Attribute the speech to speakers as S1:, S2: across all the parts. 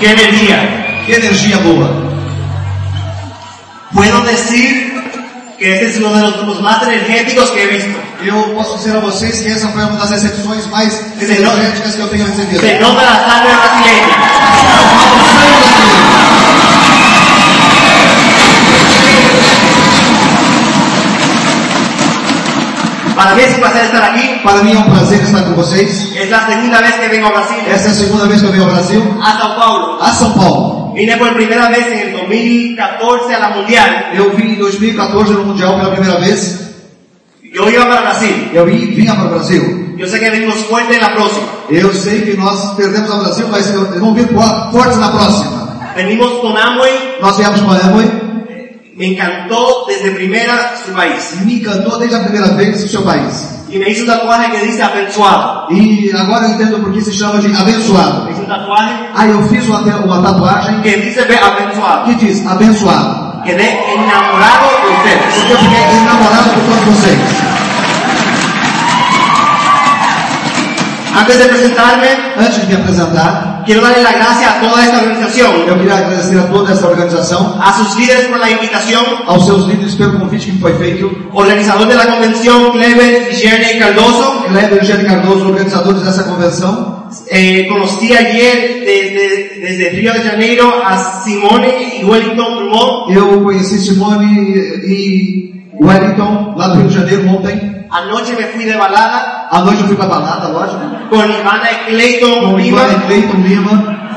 S1: ¡Qué energía!
S2: ¡Qué energía boa!
S1: Puedo decir que este es uno de los grupos más energéticos que he visto.
S2: Eu posso dizer a vocês que essa foi uma das recepções mais
S1: não-
S2: energéticas que eu tenho recebido.
S1: Se nota la sangre brasileña. Para mí es un placer estar aquí.
S2: Para mim é um prazer estar com vocês.
S1: Es la segunda vez que vengo a Brasil,
S2: Essa é a segunda vez que eu venho ao Brasil,
S1: a Sao Paulo.
S2: a São Paulo.
S1: Vine por primera vez en el 2014 a la Mundial.
S2: Eu vim em 2014 no Mundial pela primeira vez.
S1: Yo iba para Brasil.
S2: Eu vim, vinha para o Brasil.
S1: Yo sé que venimos fuerte en la próxima.
S2: Eu sei que nós perdemos ao Brasil, mas eu- eu vou vir for- fortes na próxima.
S1: Venimos con Amway.
S2: Nós viemos com a Amway
S1: Me encantó desde primera su país.
S2: e me encantou desde a primeira vez o seu país.
S1: Y me hizo un tatuaje que dice abençoado.
S2: E agora eu entendo por que se chama de
S1: Me
S2: abençoado.
S1: hizo un tatuaje
S2: Aí eu fiz uma, uma tatuagem
S1: que dice "Ve abençoado.
S2: que diz abençoado.
S1: Quedé enamorado de ustedes.
S2: Porque eu fiquei enamorado por todos vocês.
S1: Antes de presentarme,
S2: Antes de me apresentar,
S1: quiero darle las gracias a toda esta organización,
S2: eu queria agradecer a toda essa organização,
S1: a sus líderes por la invitación,
S2: aos seus líderes pelo convite que me foi feito,
S1: organizador de la convención, Clever y Jerry Cardoso.
S2: Kleber e Eugênio Cardoso, organizadores dessa convenção.
S1: Eh, conocí ayer desde, desde Río de Janeiro a Simone y Wellington Drummond,
S2: Eu conheci Simone e Wellington lá do Rio de Janeiro ontem.
S1: Anoche me fui de balada
S2: À noite eu fui pra balada, lógico. né?
S1: con Ivana y Clayton
S2: Com Ivana
S1: Oliva,
S2: e Cleiton Lima,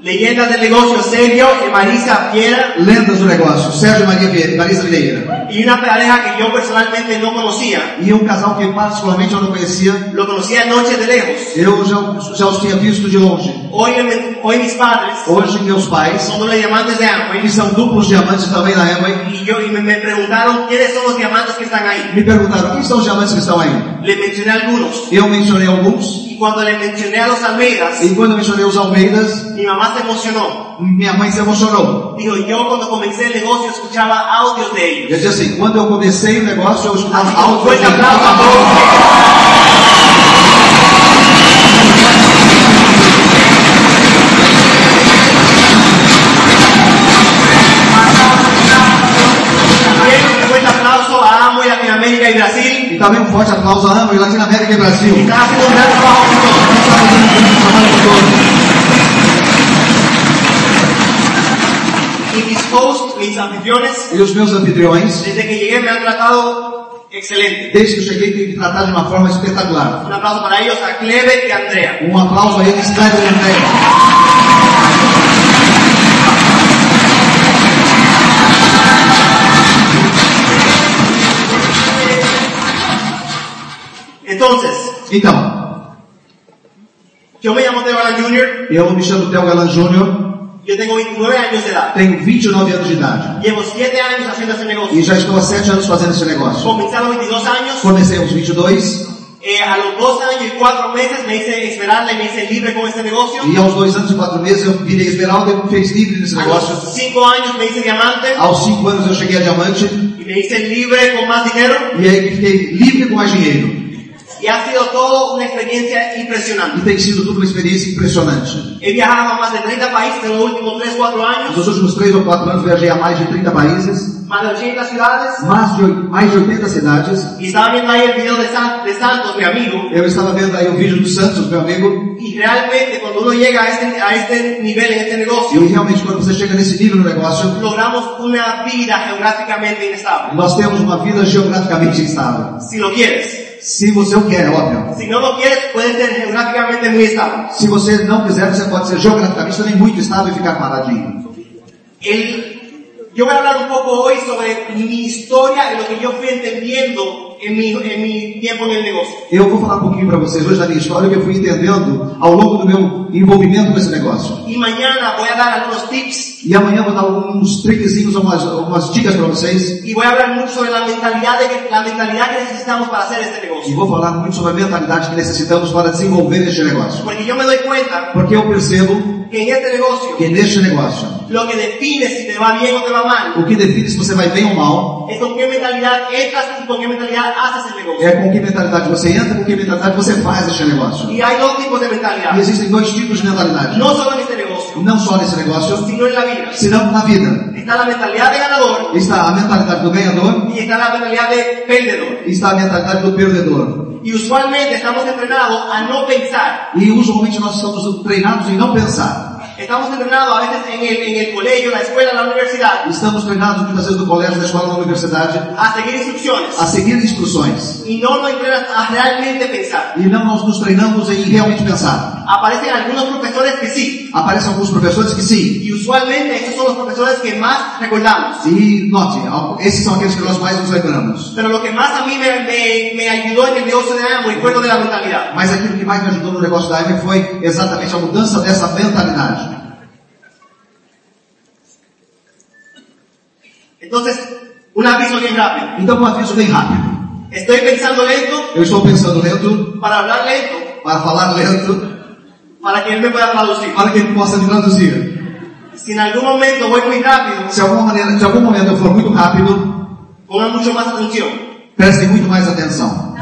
S1: leyendas del negocio Sergio y Marisa Piera,
S2: lendas do negócio, Sérgio Maria Vieira, Marisa Vieira.
S1: y una pareja que yo personalmente no conocía.
S2: E um casal que particularmente eu não conhecia,
S1: Lo conocí anoche de lejos.
S2: eu já, já os tinha visto de longe.
S1: Hoy, me- hoy mis padres
S2: Hoje meus pais
S1: son los diamantes de
S2: Eles
S1: Amway
S2: são duplos diamantes também na Amway.
S1: y, yo, y me, me preguntaron quiénes son los diamantes que están ahí.
S2: Me perguntaram quem são os diamantes que estão aí.
S1: Les mencioné algunos.
S2: Eu mencionei alguns.
S1: Y cuando les mencioné a los Almeidas,
S2: E quando eu mencionei os Almeidas,
S1: mi mamá se emocionó.
S2: minha mãe se emocionou.
S1: Dijo, yo cuando comencé el negocio escuchaba audios de ellos.
S2: Eu disse assim, quando eu comecei o negócio, eu escutava
S1: Un
S2: alto.
S1: fuerte aplauso a todos. También un fuerte aplauso a Amo y Latinoamérica y Brasil.
S2: E também um forte aplauso a Amway, Latinoamérica e Brasil.
S1: que Está haciendo un gran trabajo con todos. Y
S2: Eles estavam fazendo um trabalho
S1: mis hosts, mis anfitriones,
S2: todo. E os meus anfitriões,
S1: desde que llegué me han tratado excelente.
S2: desde que eu cheguei, têm me tratado de uma forma espetacular.
S1: Un aplauso para ellos, a Clever y a Andrea.
S2: Um aplauso a eles, um Kleber e André.
S1: Entonces,
S2: Então,
S1: yo me llamo Teoran Jr.,
S2: eu me chamo Theo Galan Júnior,
S1: yo tengo 29 años de edad.
S2: tenho 29 anos de idade.
S1: Llevo 7 años haciendo ese negocio.
S2: E já estou há 7 anos fazendo esse negócio.
S1: Comencé a los 22 años,
S2: Comecei aos 22,
S1: eh, a los 2 años y 4 meses me hice esmeralda y me hice libre con este negocio.
S2: E aos dois anos e quatro meses eu virei esmeralda e me fez livre nesse
S1: A
S2: negócio.
S1: los 5 años me hice diamante
S2: Aos cinco anos eu cheguei a diamante
S1: y me hice libre con más dinero.
S2: e aí que fiquei livre com mais dinheiro.
S1: Y ha sido todo una experiencia impresionante.
S2: E tem sido tudo uma experiência impressionante.
S1: He viajado a más de 30 países en los últimos 3-4 años,
S2: Nos últimos três ou quatro anos viajei a mais de 30 países,
S1: más de 80 ciudades.
S2: mais de, oi- mais de 80 cidades.
S1: Y estaba viendo ahí el video de, San- de Santos, mi amigo.
S2: Eu estava vendo aí o vídeo do Santos, meu amigo,
S1: Y realmente cuando uno llega a este, a este nivel en este negocio,
S2: e realmente quando você chega nesse nível no negócio,
S1: logramos una vida geográficamente inestable.
S2: nós temos uma vida geograficamente instável.
S1: Si lo quieres.
S2: Se você o quer, é óbvio.
S1: Si no lo quieres, puede ser geográficamente muy estable.
S2: Se você não quiser, você pode ser geograficamente também muito estável e ficar paradinho.
S1: El- yo voy a hablar un poco hoy sobre mi historia y lo que yo fui entendiendo en mi, en mi tiempo en el negocio.
S2: Eu vou falar um pouquinho para vocês hoje da minha história que eu fui entendendo ao longo do meu envolvimento com esse negócio.
S1: Y mañana voy a dar algunos tips
S2: E amanhã eu vou dar alguns trickzinhos, algumas, algumas dicas para vocês.
S1: y voy a hablar mucho sobre la mentalidad, de que, la mentalidad que necesitamos para hacer este
S2: E
S1: negocio.
S2: vou falar muito sobre a mentalidade que necessitamos para desenvolver este negócio.
S1: Porque yo me doy cuenta
S2: Porque eu percebo
S1: que en este negocio
S2: que neste negócio
S1: Lo que define si te va bien o te va mal
S2: O que define se você vai bem ou mal
S1: es con qué mentalidad entras y con qué mentalidad haces el negocio.
S2: é com que mentalidade você entra, com que mentalidade você faz este negócio.
S1: Y hay dos tipos de
S2: E
S1: mentalidad.
S2: existem dois tipos de mentalidade.
S1: No solo en este negocio,
S2: Não só nesse negócio,
S1: sino en la vida.
S2: senão na vida.
S1: Está la mentalidad de ganador
S2: Está a mentalidade do ganhador
S1: y está la mentalidad de perdedor.
S2: e está a mentalidade do perdedor.
S1: Y usualmente estamos entrenados a no pensar.
S2: E usualmente nós estamos treinados em não pensar.
S1: Estamos entrenados a veces en el, en el colegio, en la escuela, en la universidad,
S2: Estamos treinados muitas vezes no colégio, na escola, na universidade,
S1: a seguir instrucciones.
S2: a seguir instruções.
S1: Y no nos entrenas a realmente pensar.
S2: E não nós nos treinamos em realmente pensar.
S1: Aparecen algunos profesores que sí,
S2: Aparecem alguns professores que sim.
S1: y usualmente esos son los profesores que más recordamos.
S2: E note, esses são aqueles que nós mais nos lembramos.
S1: Pero lo que más a mí me, me- me ayudó en el negocio de Amway fue lo de la mentalidad.
S2: Mas aquilo que mais me ajudou no negócio da Ivy foi exatamente a mudança dessa mentalidade.
S1: Entonces, un aviso bien rápido.
S2: Então, um aviso bem rápido.
S1: Estoy pensando lento
S2: Eu estou pensando lento,
S1: para hablar lento,
S2: para falar lento,
S1: para que él me pueda traducir.
S2: para que ele possa me traduzir.
S1: Si en algún momento voy muy rápido,
S2: Se alguma maneira, de algum momento eu for muito rápido,
S1: pongan mucho más atención.
S2: prestem muito mais atenção.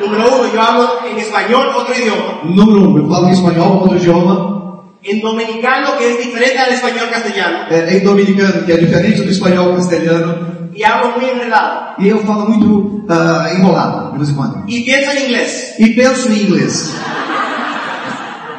S1: Número uno, yo hablo en español, otro idioma.
S2: Número um, eu falo em espanhol, outro idioma,
S1: En dominicano, que es diferente al español castellano,
S2: é, em dominicano, que é diferente do espanhol castelhano,
S1: y hablo muy enredado.
S2: e eu falo muito ah, enrolado, de vez em quando.
S1: Y pienso en inglés.
S2: E penso em inglês.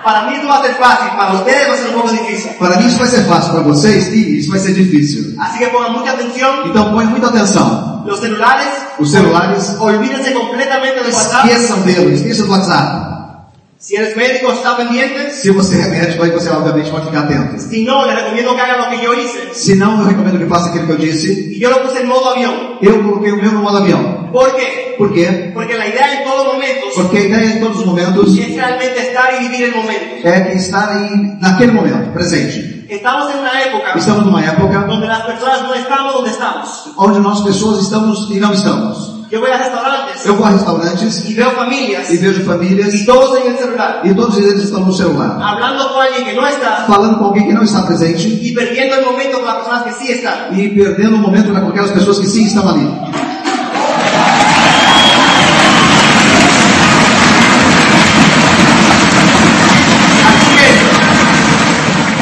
S1: Para mí esto va a ser fácil, para ustedes va a ser un poco difícil.
S2: Para mim isso vai ser fácil, para vocês, ih, isso vai ser difícil.
S1: Así que pongan mucha atención.
S2: Então ponha muita atenção.
S1: Los celulares,
S2: Os celulares,
S1: olvídense completamente de WhatsApp.
S2: esqueçam dele, esqueça do WhatsApp.
S1: Si eres médico, está pendiente.
S2: Se você é médico, aí você obviamente pode ficar atento.
S1: Si no, les recomiendo que hagan lo que yo hice.
S2: Se não, eu recomendo que faça aquilo que eu disse.
S1: Y yo lo puse en modo avión.
S2: Eu coloquei o meu no modo avião.
S1: ¿Por quê?
S2: Por quê?
S1: Porque la idea en todos momentos
S2: Porque a ideia em todos os momentos
S1: es realmente estar y vivir el momento.
S2: é estar em, naquele momento, presente.
S1: Estamos en una época
S2: Estamos numa época
S1: donde las personas no estamos donde estamos.
S2: onde nós pessoas estamos e não estamos.
S1: Yo voy a restaurantes
S2: Eu vou a restaurantes
S1: y veo familias
S2: e vejo famílias
S1: y todos en el celular,
S2: e todos eles estão no celular.
S1: hablando con alguien que no está
S2: Falando com alguém que não está presente
S1: y perdiendo el momento con las personas que sí están.
S2: e perdendo o momento com aquelas pessoas que sim estão ali.
S1: Así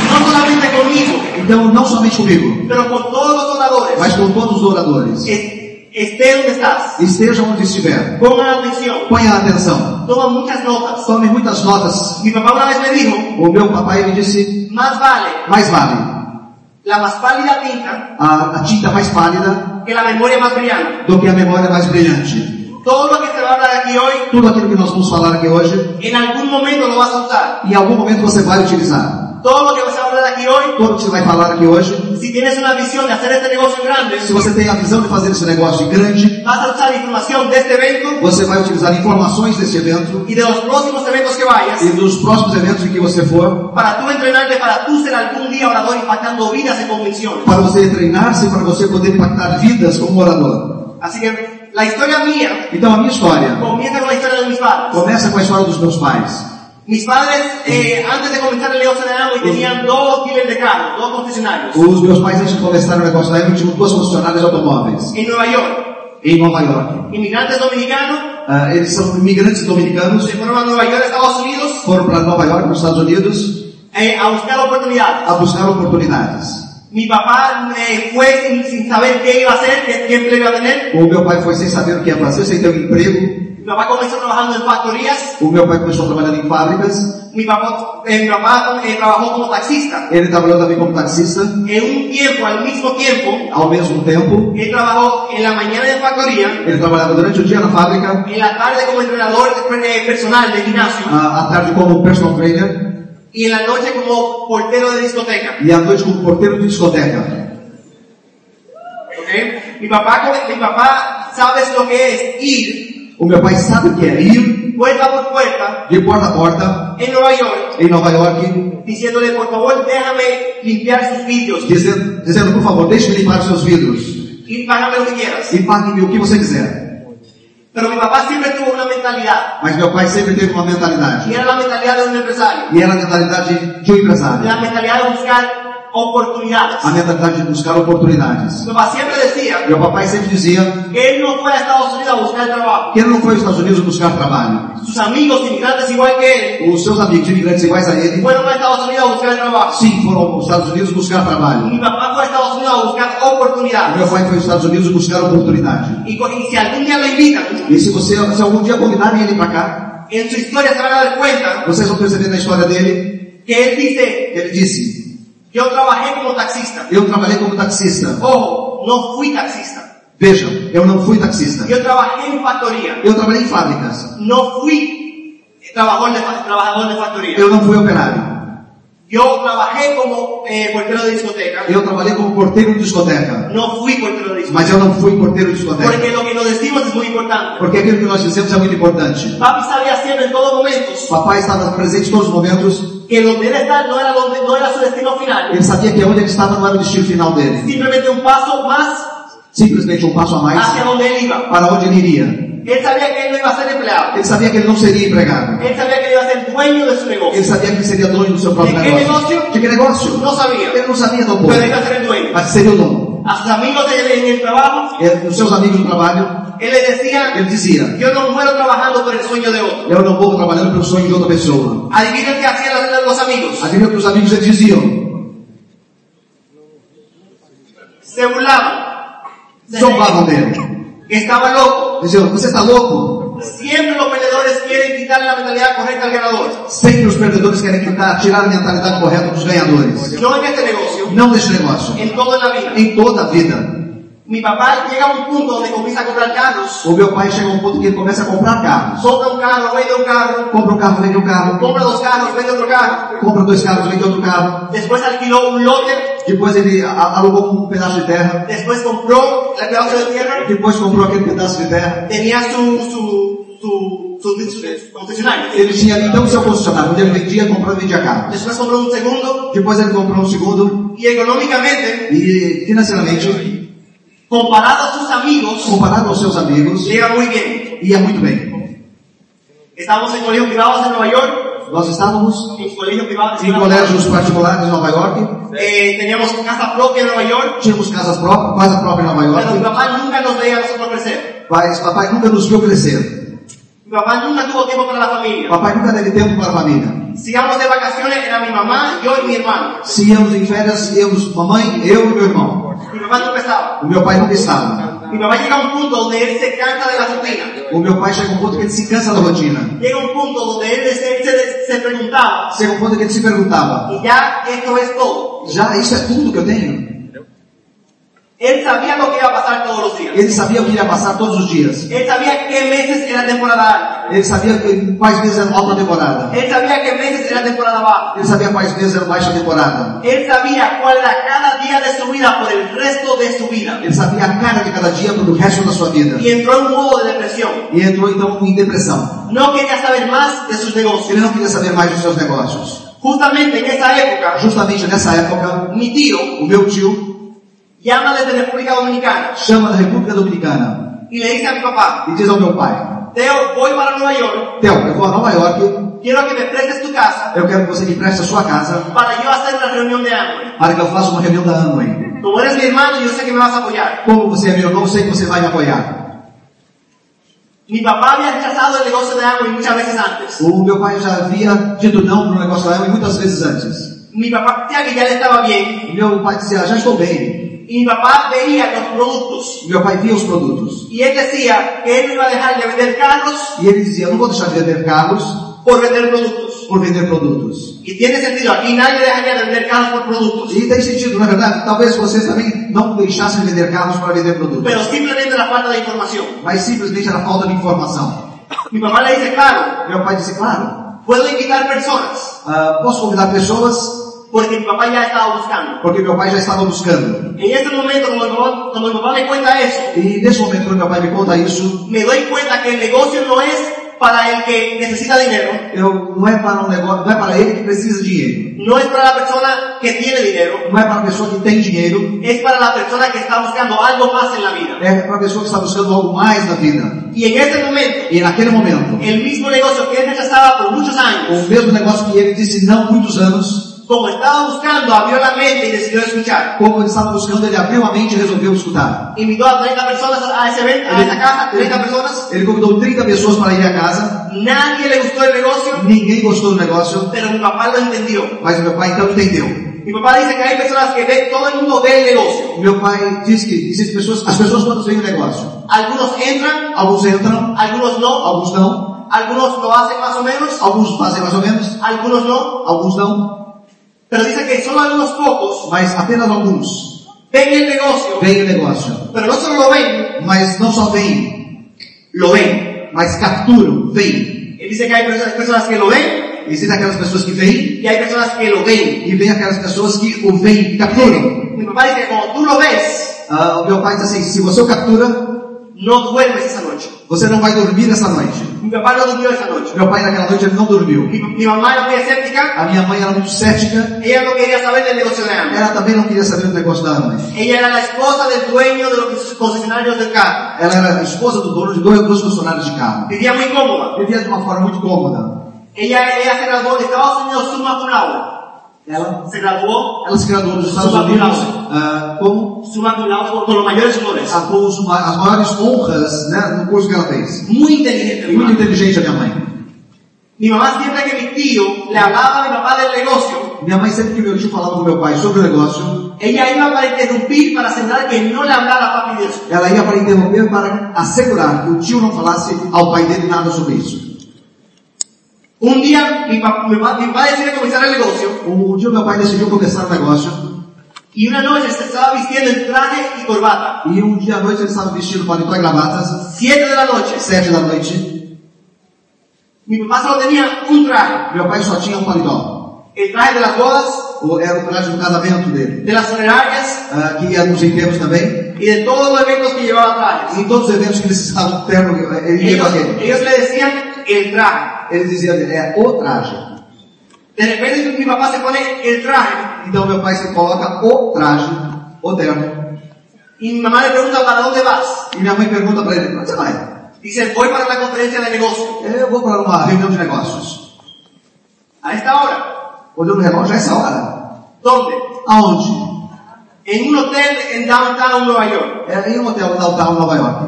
S1: que, no solamente conmigo,
S2: Então, não somente comigo,
S1: pero con todos los donadores.
S2: mas com todos os oradores.
S1: Es- esté donde estás.
S2: Esteja onde estiver.
S1: Ponga atención.
S2: Ponha atenção.
S1: Toma muchas notas.
S2: Tome muitas notas.
S1: Mi papá una vez me dijo,
S2: O meu papai me disse,
S1: más vale
S2: mais vale
S1: la más pálida tinta
S2: a, a tinta mais pálida
S1: que la memoria más brillante.
S2: do que a memória mais brilhante.
S1: Todo lo que se va a hablar aquí hoy,
S2: Tudo aquilo que nós vamos falar aqui hoje,
S1: en algún momento lo vas a usar.
S2: em algum momento você vai utilizar.
S1: Todo lo que vas a hablar aquí hoy,
S2: Tudo que você vai falar aqui hoje,
S1: si tienes una visión de hacer este negocio grande,
S2: se você tem a visão de fazer esse negócio grande,
S1: vas a usar información de este evento
S2: você vai utilizar informações desse evento
S1: y de los próximos eventos que vayas
S2: e dos próximos eventos em que você for,
S1: para tú entrenarte, para tú ser algún día orador impactando vidas en convenciones.
S2: para você treinar-se, para você poder impactar vidas como orador.
S1: Así que la historia mía
S2: Então a minha história
S1: comienza con la historia de mis padres.
S2: começa com a história dos meus pais.
S1: Mis padres, eh, antes de comenzar el negocio de Amway, tenían dos dealers de carros, dos concesionarios,
S2: Os meus pais, antes de começar o negócio da Eva, tinham duas concessionárias de automóveis
S1: en Nueva York.
S2: em Nova York.
S1: Inmigrantes dominicanos
S2: Ah, eles são imigrantes dominicanos,
S1: se fueron a Nueva York, Estados Unidos,
S2: foram para Nova York, nos Estados Unidos,
S1: eh, a buscar oportunidades.
S2: a buscar oportunidades.
S1: Mi papá eh, fue sin, sin saber qué iba a hacer, qué, qué empleo iba a tener.
S2: O meu pai foi sem saber o que ia fazer, sem ter um emprego.
S1: Mi papá comenzó trabajando en factorías.
S2: O meu pai começou trabalhando em fábricas.
S1: Mi papá, eh, mi papá, eh, trabajó como taxista.
S2: Ele trabalhou também como taxista.
S1: En un tiempo, al mismo tiempo,
S2: Ao mesmo tempo,
S1: él trabajó en la mañana en factoría,
S2: ele trabalhava durante o dia na fábrica,
S1: en la tarde como entrenador eh, personal de gimnasio
S2: ah, à tarde como personal trainer
S1: y en la noche como portero de discoteca.
S2: e à noite como porteiro de discoteca.
S1: ¿ok? Mi papá, come- mi papá sabes lo que es ir
S2: O meu pai sabe o que é ir
S1: puerta por puerta
S2: de porta a porta
S1: en Nueva York
S2: em Nova York
S1: diciéndole por favor déjame limpiar sus vidrios
S2: dizendo, dizendo por favor, deixe-me limpar os seus vidros
S1: y págame lo que quieras.
S2: e pague-me o que você quiser.
S1: Pero mi papá siempre tuvo una mentalidad
S2: Mas meu pai sempre teve uma
S1: y
S2: mentalidade
S1: era la mentalidade de un empresario,
S2: e era a mentalidade de um empresário.
S1: la mentalidad de buscar oportunidades.
S2: a mentalidade de buscar oportunidades.
S1: Mi papá siempre decía
S2: Meu papai sempre dizia
S1: que él no fue a Estados Unidos a buscar trabajo.
S2: que ele não foi aos Estados Unidos buscar trabalho.
S1: Sus amigos imigrantes igual que él
S2: Os seus amigos imigrantes iguais a ele,
S1: fueron a Estados Unidos a buscar trabajo.
S2: sim, foram aos Estados Unidos buscar trabalho.
S1: Mi papá fue a Estados Unidos a buscar
S2: O
S1: oportunidades.
S2: Meu pai foi aos Estados Unidos buscar oportunidade.
S1: Y, co- y si algún día lo invitan,
S2: E se você, se algum dia convidarem ele para cá,
S1: en su historia se van a dar cuenta
S2: vocês vão perceber na história dele,
S1: que él dice,
S2: ele disse,
S1: yo trabajé como taxista.
S2: eu trabalhei como taxista.
S1: Ojo, no fui taxista.
S2: Veja, eu não fui taxista.
S1: Yo trabajé en factoría.
S2: Eu trabalhei em fábricas.
S1: No fui trabajador de, fa- trabajador de factoría.
S2: Eu não fui operário.
S1: Yo trabajé como eh, portero de discoteca.
S2: Eu trabalhei como porteiro de discoteca.
S1: No fui portero de discoteca.
S2: Mas eu não fui porteiro de discoteca.
S1: Porque lo que nos decimos es muy importante.
S2: Porque aquilo que nós dizemos é muito importante.
S1: Papi sabía siempre en todos momentos
S2: Papai estava presente em todos os momentos.
S1: que donde él está no era, donde, no era su destino final.
S2: Ele sabia que onde ele estava não era o destino final dele.
S1: Simplemente un paso más
S2: Simplesmente um passo a mais
S1: hacia donde él iba.
S2: para onde ele iria.
S1: Él sabía que él no iba a ser empleado.
S2: Ele sabia que ele não seria empregado.
S1: Él sabía que él iba a ser dueño de su
S2: Ele
S1: negocio.
S2: sabia que ele seria dono do seu próprio
S1: De que
S2: negócio.
S1: negócio?
S2: De que negócio?
S1: No sabía.
S2: Ele não sabia do
S1: Pero él iba a
S2: povo,
S1: ser el dueño.
S2: mas seria o dono.
S1: A sus amigos en el, en el trabajo,
S2: Ele, os seus amigos do trabalho,
S1: él les decía,
S2: ele dizia,
S1: yo no muero trabajando por el sueño de otro.
S2: eu não vou trabalhando pelo sonho de outra pessoa.
S1: Adivinen qué hacían los- los amigos.
S2: Adivinha o que os amigos dele diziam?
S1: Se burlaban. Se
S2: Zombavam dele.
S1: reían, que estaba loco.
S2: Diziam, você está louco?
S1: Siempre los perdedores quieren quitar la mentalidad correcta al ganador.
S2: Sempre os perdedores querem tentar tirar a mentalidade correta dos ganhadores.
S1: No en este negocio,
S2: Não neste negócio.
S1: en toda la vida.
S2: Em toda a vida.
S1: Mi papá llega a un punto donde comienza a comprar carros,
S2: O meu pai chega a um ponto que ele começa a comprar carros.
S1: compra un carro, vende un carro,
S2: Compra um carro, vende um carro.
S1: compra dos carros, vende otro carro.
S2: Compra dois carros, vende outro carro.
S1: Después alquiló un lote,
S2: Depois ele a- alugou um pedazo de terra.
S1: después compró la pedazo de tierra,
S2: Depois comprou aquele pedaço de terra.
S1: tenía su, su, su, su, su- su concesionario.
S2: Ele tinha ali então seu funcionário, onde ele vendia, comprando e vendia carros.
S1: Después compró un segundo
S2: Depois ele comprou um segundo
S1: y económicamente,
S2: e financeiramente,
S1: comparado a sus amigos,
S2: comparado aos seus amigos,
S1: llega muy bien.
S2: ia muito bem.
S1: Estamos en colegios privados en Nueva York,
S2: Nós estávamos
S1: en colegios privados en
S2: em
S1: Nueva York.
S2: colégios particulares em Nova York,
S1: Eh, teníamos casa propia en Nueva York,
S2: tínhamos casas próprias, casa própria em Nova
S1: pero mi
S2: York,
S1: papá nunca nos veía a nosotros crecer.
S2: mas papai nunca nos viu crescer.
S1: Mi papá nunca tuvo tiempo para la familia.
S2: Papai nunca teve tempo para a família.
S1: Si íbamos de vacaciones era mi mamá, yo y mi hermano.
S2: Se íamos em férias, íamos mamãe, eu e meu irmão.
S1: Mi papá nunca estaba.
S2: O meu pai nunca estava.
S1: Mi papá llega a un punto donde él se cansa de la rutina.
S2: O meu pai chega a um ponto que ele se cansa da rotina.
S1: Llega un punto donde él se, se- se preguntaba,
S2: Chega um ponto que ele se perguntava,
S1: y ya esto es todo.
S2: já isso é tudo que eu tenho?
S1: Él sabía lo que iba a pasar todos los días.
S2: Ele sabia o que ia passar todos os dias.
S1: Él sabía qué meses era temporada alta.
S2: Ele sabia que- quais meses eram alta temporada.
S1: Él sabía qué meses era temporada baja.
S2: Ele sabia quais meses eram baixa temporada.
S1: Él sabía cuál era cada día de su vida por el resto de su vida.
S2: Ele sabia a cara de cada dia pelo resto da sua vida.
S1: Y entró en un modo de depresión.
S2: E entrou então em depressão.
S1: No quería saber más de sus negocios.
S2: Ele não queria saber mais dos seus negócios.
S1: Justamente en esa época,
S2: Justamente nessa época,
S1: mi tío
S2: o meu tio
S1: llama desde República Dominicana
S2: chama da República Dominicana
S1: y le dice a mi papá,
S2: e diz ao meu pai,
S1: Teo, voy para Nueva York,
S2: Theo, eu vou a Nova York,
S1: quiero que me prestes tu casa
S2: eu quero que você me preste a sua casa
S1: para yo hacer la reunión de hambre.
S2: para que eu faça uma reunião da Amway.
S1: Como eres mi hermano, yo sé que me vas a apoyar.
S2: Como você é meu irmão, eu sei que você vai me apoiar.
S1: Mi papá había rechazado el negocio de Amway muchas veces antes.
S2: O meu pai já havia dito não para o negócio da Amway muitas vezes antes.
S1: Mi papá decía que ya le estaba bien.
S2: E Meu pai dizia, "Ah, já estou bem.
S1: Y mi papá veía los productos.
S2: E Meu pai via os produtos.
S1: Y él decía que él no iba a dejar de vender carros
S2: E ele dizia, não vou deixar de vender carros
S1: por vender productos.
S2: por vender produtos.
S1: Y tiene sentido, aquí nadie dejaría de vender carros por productos.
S2: E tem sentido, na verdade, talvez vocês também não deixassem de vender carros para vender produtos.
S1: Pero simplemente la falta de información.
S2: Mas simplesmente era falta de informação.
S1: Mi papá le dice, claro,
S2: Meu pai disse, claro,
S1: puedo invitar personas.
S2: ah, posso convidar pessoas
S1: Porque mi papá ya estaba buscando.
S2: porque meu pai já estava buscando.
S1: En ese momento, como mi papá, como mi papá me cuenta eso,
S2: E nesse momento quando meu pai me conta isso,
S1: me doy cuenta que el negocio no es para el que necesita dinero.
S2: eu, não é para um negócio, não é para ele que precisa de dinheiro.
S1: No es para la persona que tiene dinero,
S2: Não é para a pessoa que tem dinheiro,
S1: es para la persona que está buscando algo más en la vida.
S2: é para a pessoa que está buscando algo mais na vida.
S1: Y en ese momento,
S2: E naquele momento,
S1: el mismo negocio que él rechazaba por muchos años,
S2: o mesmo negócio que ele disse não há muitos anos,
S1: como estaba buscando, abrió la mente y decidió escuchar.
S2: Como ele estava buscando, ele abriu a mente e resolveu escutar.
S1: Invitó a 30 personas a ese evento, a esa casa, 30 personas.
S2: Ele convidou 30 pessoas para ir à casa.
S1: Nadie le gustó el negocio,
S2: Ninguém gostou do negócio,
S1: pero mi papá lo entendió.
S2: mas meu pai então entendeu.
S1: Mi papá dice que hay personas que ven, todo el mundo ve el negocio.
S2: Meu pai diz que existem pessoas, as pessoas quando veem o negócio,
S1: Algunos entran,
S2: alguns entram,
S1: algunos no,
S2: alguns não,
S1: algunos lo hacen más o menos,
S2: alguns fazem mais ou menos,
S1: algunos no.
S2: alguns não,
S1: Pero dice que solo algunos pocos
S2: mas apenas alguns
S1: ven el negocio,
S2: veem o negócio.
S1: pero no solo lo ven,
S2: Mas não só veem,
S1: lo ven.
S2: mas capturam, veem.
S1: Él dice que hay personas, personas que lo ven
S2: Existem aquelas pessoas que veem
S1: y hay personas que lo ven.
S2: e veem aquelas pessoas que o veem, capturam.
S1: Mi papá dice que cuando tú lo ves,
S2: Ah, o meu pai diz assim, se você o captura,
S1: no duermes esa noche.
S2: você não vai dormir essa noite.
S1: Mi papá no durmió esa noche.
S2: Meu pai naquela noite ele não dormiu.
S1: Mi, mi mamá era muy escéptica,
S2: A minha mãe era muito cética,
S1: ella no quería saber del negocio de Ana.
S2: ela também não queria saber do negócio da Ana.
S1: Ella era la esposa del dueño de los concesionarios del carro.
S2: Ela era a esposa do dono de dois, dois funcionários de carro.
S1: Vivía muy cómoda.
S2: Vivia de uma forma muito cômoda.
S1: Ella, ella se graduó de Estados Unidos summa cum laude.
S2: Ela,
S1: Se graduó
S2: ela se graduou nos Estados
S1: Sua
S2: Unidos
S1: moral.
S2: ah, como
S1: summa cum laude con, con los mayores honores.
S2: a, com os ma- as maiores honras né, no curso que ela fez.
S1: Muy inteligente. Mi,
S2: Muito
S1: mamá.
S2: inteligente a minha mãe.
S1: mi mamá siempre que mi tío le hablaba a mi papá del negocio,
S2: Minha mãe sempre que meu tio falava com meu pai sobre o negócio,
S1: ella iba para interrumpir, para asegurar que no le hablara a papi de eso.
S2: ela ia para interromper para assegurar que o tio não falasse ao pai dele nada sobre isso.
S1: Un día mi, pa- mi pa- mi papá decide comenzar el negocio
S2: Um dia meu pai decidiu começar o negócio
S1: y una noche se estaba vistiendo en traje y corbata.
S2: e um dia à noite ele estava vestindo paletó e gravatas,
S1: Siete de la noche.
S2: sete da noite.
S1: Mi papá solo tenía un traje.
S2: Meu pai só tinha um paletó.
S1: El traje de las bodas,
S2: Ou era o traje do casamento dele.
S1: de las funerarias
S2: ah, que ia nos enterros também.
S1: y de todos los eventos que llevaba trajes.
S2: Em todos os eventos que necessitavam terno, ele ia com
S1: Ellos,
S2: aquele.
S1: ellos le decían el traje.
S2: Ele dizia, é o traje.
S1: De repente mi papá se pone el traje
S2: Então meu pai se coloca o traje, o terno.
S1: y mi mamá le pregunta para dónde vas.
S2: E minha mãe pergunta para ele, "Pra onde você vai?
S1: Dice, voy para la conferencia de negocios.
S2: Eu vou para uma reunião de negócios.
S1: A esta hora.
S2: Olhou no relógio, já é essa hora.
S1: ¿Dónde?
S2: Aonde?
S1: En un hotel en downtown Nueva York.
S2: Era em um hotel downtown Nova York.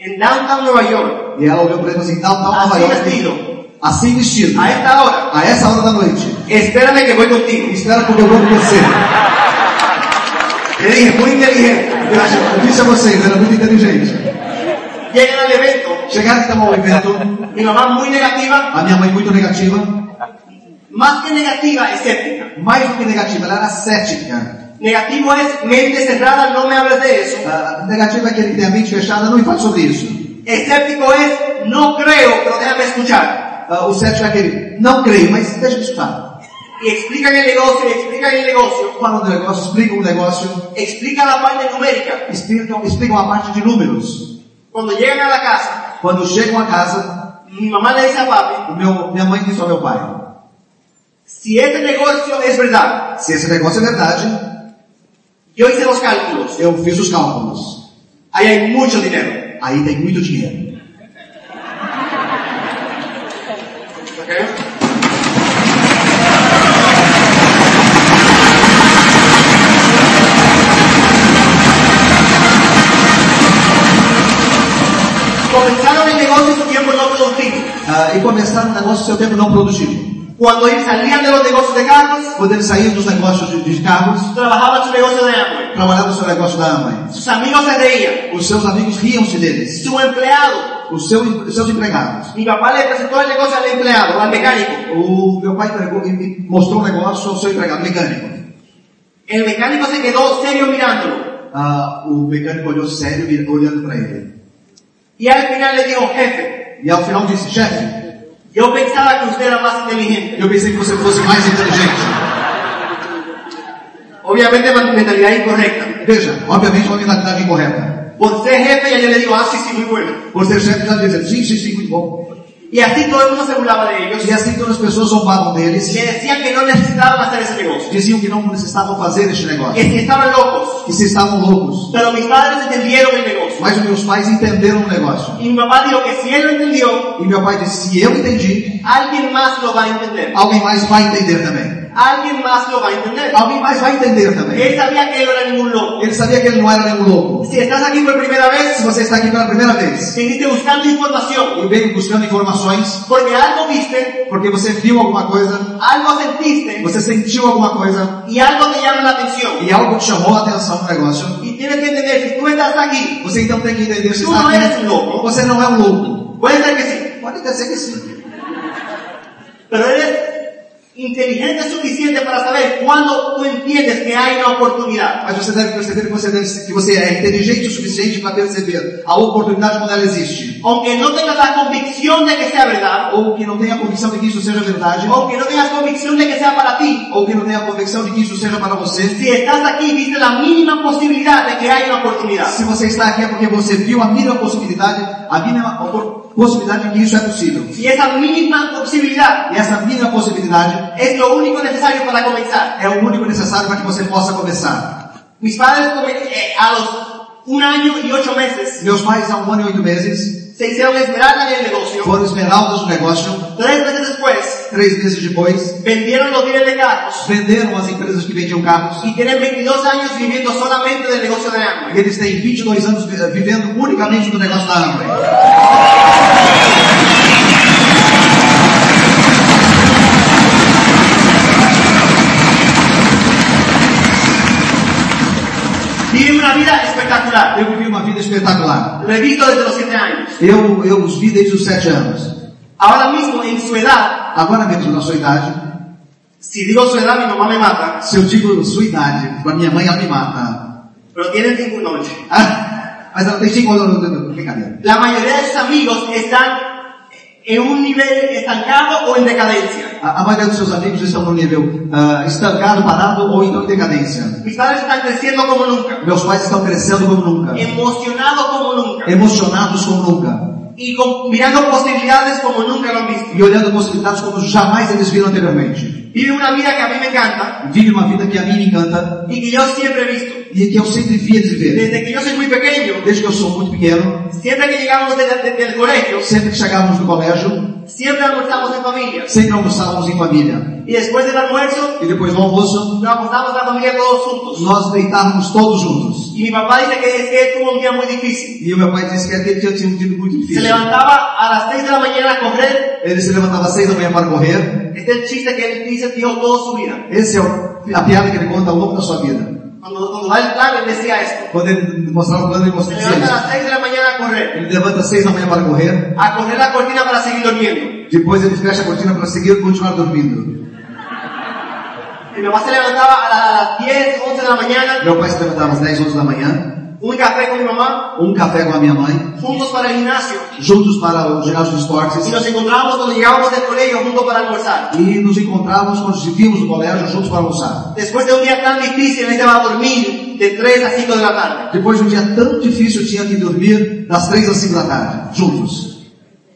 S1: En downtown Nueva York.
S2: E ela olhou para ele e falou assim, downtown Nova
S1: Así
S2: York.
S1: vestido.
S2: Assim vestido.
S1: A esta hora.
S2: A essa hora da noite.
S1: Espérame que voy contigo.
S2: Espera que eu vou com você. é
S1: Le dije, muy inteligente.
S2: Eu acho- eu disse a vocês, era muito inteligente.
S1: Llegan al evento,
S2: Chegaram que estava ao evento,
S1: mi mamá muy negativa,
S2: a minha mãe muito negativa,
S1: más que negativa, escéptica.
S2: mais do que negativa, ela era cética.
S1: Negativo es mente cerrada, no me hables de eso.
S2: Ah, negativa é aquele que tem a mente fechada, não me fale sobre isso.
S1: Escéptico es no creo, pero déjame escuchar.
S2: Ah, o cético é aquele, não creio, mas deixa eu escutar.
S1: Y explican el negocio, y explican el negocio,
S2: Falam do um negócio, explicam o negócio,
S1: explican la parte numérica.
S2: explicam, explicam a parte de números.
S1: Cuando llegan a la casa,
S2: Quando chegam a casa,
S1: mi mamá le dice a papi,
S2: o meu, minha mãe diz ao meu pai,
S1: si ese negocio es verdad,
S2: se esse negócio é verdade,
S1: yo hice los cálculos,
S2: eu fiz os cálculos.
S1: ahí hay mucho dinero.
S2: Aí tem muito dinheiro.
S1: ¿ok? Comenzaron el negocio en su tiempo no productivo.
S2: Ah, e começaram o negócio seu tempo não produtivo.
S1: Cuando ellos salían de los negocios de carros,
S2: Quando eles saíam dos negócios de, de carros,
S1: trabajaban su negocio de hambre.
S2: trabalhavam o seu negócio da mãe.
S1: Sus amigos se reían.
S2: Os seus amigos riam-se deles.
S1: Su empleado,
S2: Os seu- os seus empregados.
S1: mi papá le presentó el negocio al empleado, al mecánico.
S2: O meu pai pegou e me mostrou um negócio ao seu empregado mecânico.
S1: El mecánico se quedó serio mirándolo.
S2: Ah, o mecânico olhou sério, vir- olhando para ele.
S1: Y al final le dijo, jefe,
S2: E ao final disse, chefe,
S1: yo pensaba que usted era más inteligente.
S2: eu pensei que você fosse mais inteligente.
S1: Obviamente man- mentalidad incorrecta.
S2: Veja, obviamente uma mentalidade incorreta.
S1: Por ser jefe ya yo le digo, ah, sí, sí, muy bueno.
S2: Por ser chefe, já dizia, sim, sim, sim, muito bom.
S1: Y así todo el mundo se burlaba de ellos.
S2: E assim todas as pessoas zombavam deles.
S1: Le decían que no necesitaban hacer ese negocio.
S2: Diziam que não necessitavam fazer este negócio.
S1: Que si estaban locos.
S2: Que se estavam loucos.
S1: Pero mis padres entendieron el negocio.
S2: Mas os meus pais entenderam o negócio.
S1: Y mi papá dijo que si él lo entendió,
S2: E meu pai disse, se eu entendi,
S1: alguien más lo va a entender.
S2: alguém mais vai entender também.
S1: Alguien más lo va a entender.
S2: Alguém mais vai entender também.
S1: Él sabía que él no era ningún loco.
S2: Ele sabia que ele não era nenhum louco.
S1: Si estás aquí por primera
S2: Se
S1: vez,
S2: você está aqui pela primeira vez
S1: viniste buscando información,
S2: e veio buscando informações,
S1: porque algo viste,
S2: porque você viu alguma coisa,
S1: algo sentiste
S2: você sentiu alguma coisa
S1: y algo te llama la atención.
S2: e algo te chamou a atenção no negócio,
S1: Y tienes que entender, si tú estás aquí,
S2: você então tem que entender se
S1: Tu
S2: está
S1: não eres
S2: aqui.
S1: um louco.
S2: Você não é um louco.
S1: puede ser que sí,
S2: Pode até ser que sim.
S1: pero eres inteligente suficiente para saber cuándo tú entiendes que hay una oportunidad.
S2: Mas você deve perceber que você, deve, que você é inteligente o suficiente para perceber a oportunidade quando ela existe.
S1: Aunque no tengas la convicción de que sea verdad,
S2: Ou que não tenha a convicção de que isso seja verdade,
S1: aunque no tengas convicción de que sea para ti,
S2: ou que não tenha a convicção de que isso seja para você.
S1: Si estás aquí, viste la mínima posibilidad de que haya una oportunidad.
S2: Se você está aqui é porque você viu a mínima possibilidade, a mínima opor- possibilidade de que isso é possível.
S1: Si esa mínima posibilidad
S2: E essa mínima possibilidade
S1: es lo único necesario para comenzar.
S2: é o único necessário para que você possa começar.
S1: Mis padres come- eh, a los un año y ocho meses
S2: Meus pais, há um ano e oito meses,
S1: se hicieron esmeralda en el negocio.
S2: foram esmeraldas do negócio.
S1: Tres meses después
S2: Três meses depois,
S1: vendieron los bienes de carros
S2: venderam as empresas que vendiam carros.
S1: y tienen 22 años viviendo solamente del negocio de
S2: E
S1: hambre.
S2: eles têm 22 anos vi- eh, vivendo unicamente do negócio da Amway.
S1: Viven una vida espectacular.
S2: Eu vivi uma vida espetacular.
S1: Lo he visto desde los 7 años.
S2: Eu, eu os vi desde os 7 anos.
S1: Ahora mismo, en su edad,
S2: Agora mesmo, na sua idade,
S1: si digo su edad, mi mamá me mata,
S2: se eu digo sua idade, pra minha mãe ela me mata.
S1: pero tienen 5 noches.
S2: Ah, mas ela tem 5 anos, brincadeira.
S1: La mayoría de sus amigos están en un nivel estancado o en decadencia.
S2: A, a maioria dos seus amigos estão no nível ah, estancado, parado ou então em decadência.
S1: Mis padres están creciendo como nunca,
S2: Meus pais estão crescendo como nunca,
S1: emocionados como nunca
S2: emocionados como nunca
S1: y con- mirando posibilidades como nunca lo han visto.
S2: e olhando possibilidades como jamais eles viram anteriormente.
S1: Vive una vida que a mí me encanta
S2: Vive uma vida que a mim me encanta
S1: y que yo siempre he visto.
S2: e que eu sempre vi eles viverem.
S1: Desde que yo soy muy pequeño,
S2: Desde que eu sou muito pequeno,
S1: siempre que llegábamos de- de- del colegio,
S2: sempre que chegávamos no colégio,
S1: siempre almorzamos en familia.
S2: sempre almoçávamos em família.
S1: Y después del almuerzo,
S2: E depois do almoço,
S1: nos almorzamos la familia todos juntos.
S2: nós deitávamos todos juntos.
S1: Y mi papá dice que, es que él tuvo un día muy difícil.
S2: E o meu pai disse que aquele dia tinha um dia muito
S1: Se
S2: difícil.
S1: levantaba a las 6 de la mañana a correr
S2: Ele se levantava às seis da manhã para correr.
S1: Este es el chiste que él dice Dios toda su vida.
S2: Essa é o- a piada que ele conta ao longo da sua vida.
S1: Cuando, cuando da el plan, él decía esto.
S2: Quando ele mostrava o plano, ele
S1: Se
S2: mostrava
S1: levanta a
S2: assim.
S1: las 6 de la mañana a correr.
S2: Ele levanta às seis da manhã para correr.
S1: A correr la cortina para seguir durmiendo.
S2: Depois ele fecha a cortina para seguir e continuar dormindo.
S1: Mi papá se levantaba a, la- a las 10, 11 de la mañana.
S2: Meu pai se levantava às 10, 11 da manhã.
S1: Un café con mi mamá.
S2: Um café com a minha mãe.
S1: Juntos para el gimnasio.
S2: Juntos para o ginásio de esportes.
S1: Y nos encontrábamos cuando llegábamos del colegio juntos para almorzar.
S2: E nos encontrávamos quando vivíamos no colégio juntos para almoçar.
S1: Después de un día tan difícil, él se va a dormir de 3 a 5 de la tarde.
S2: Depois de um dia tão difícil, tinha que dormir das três às cinco da tarde, juntos.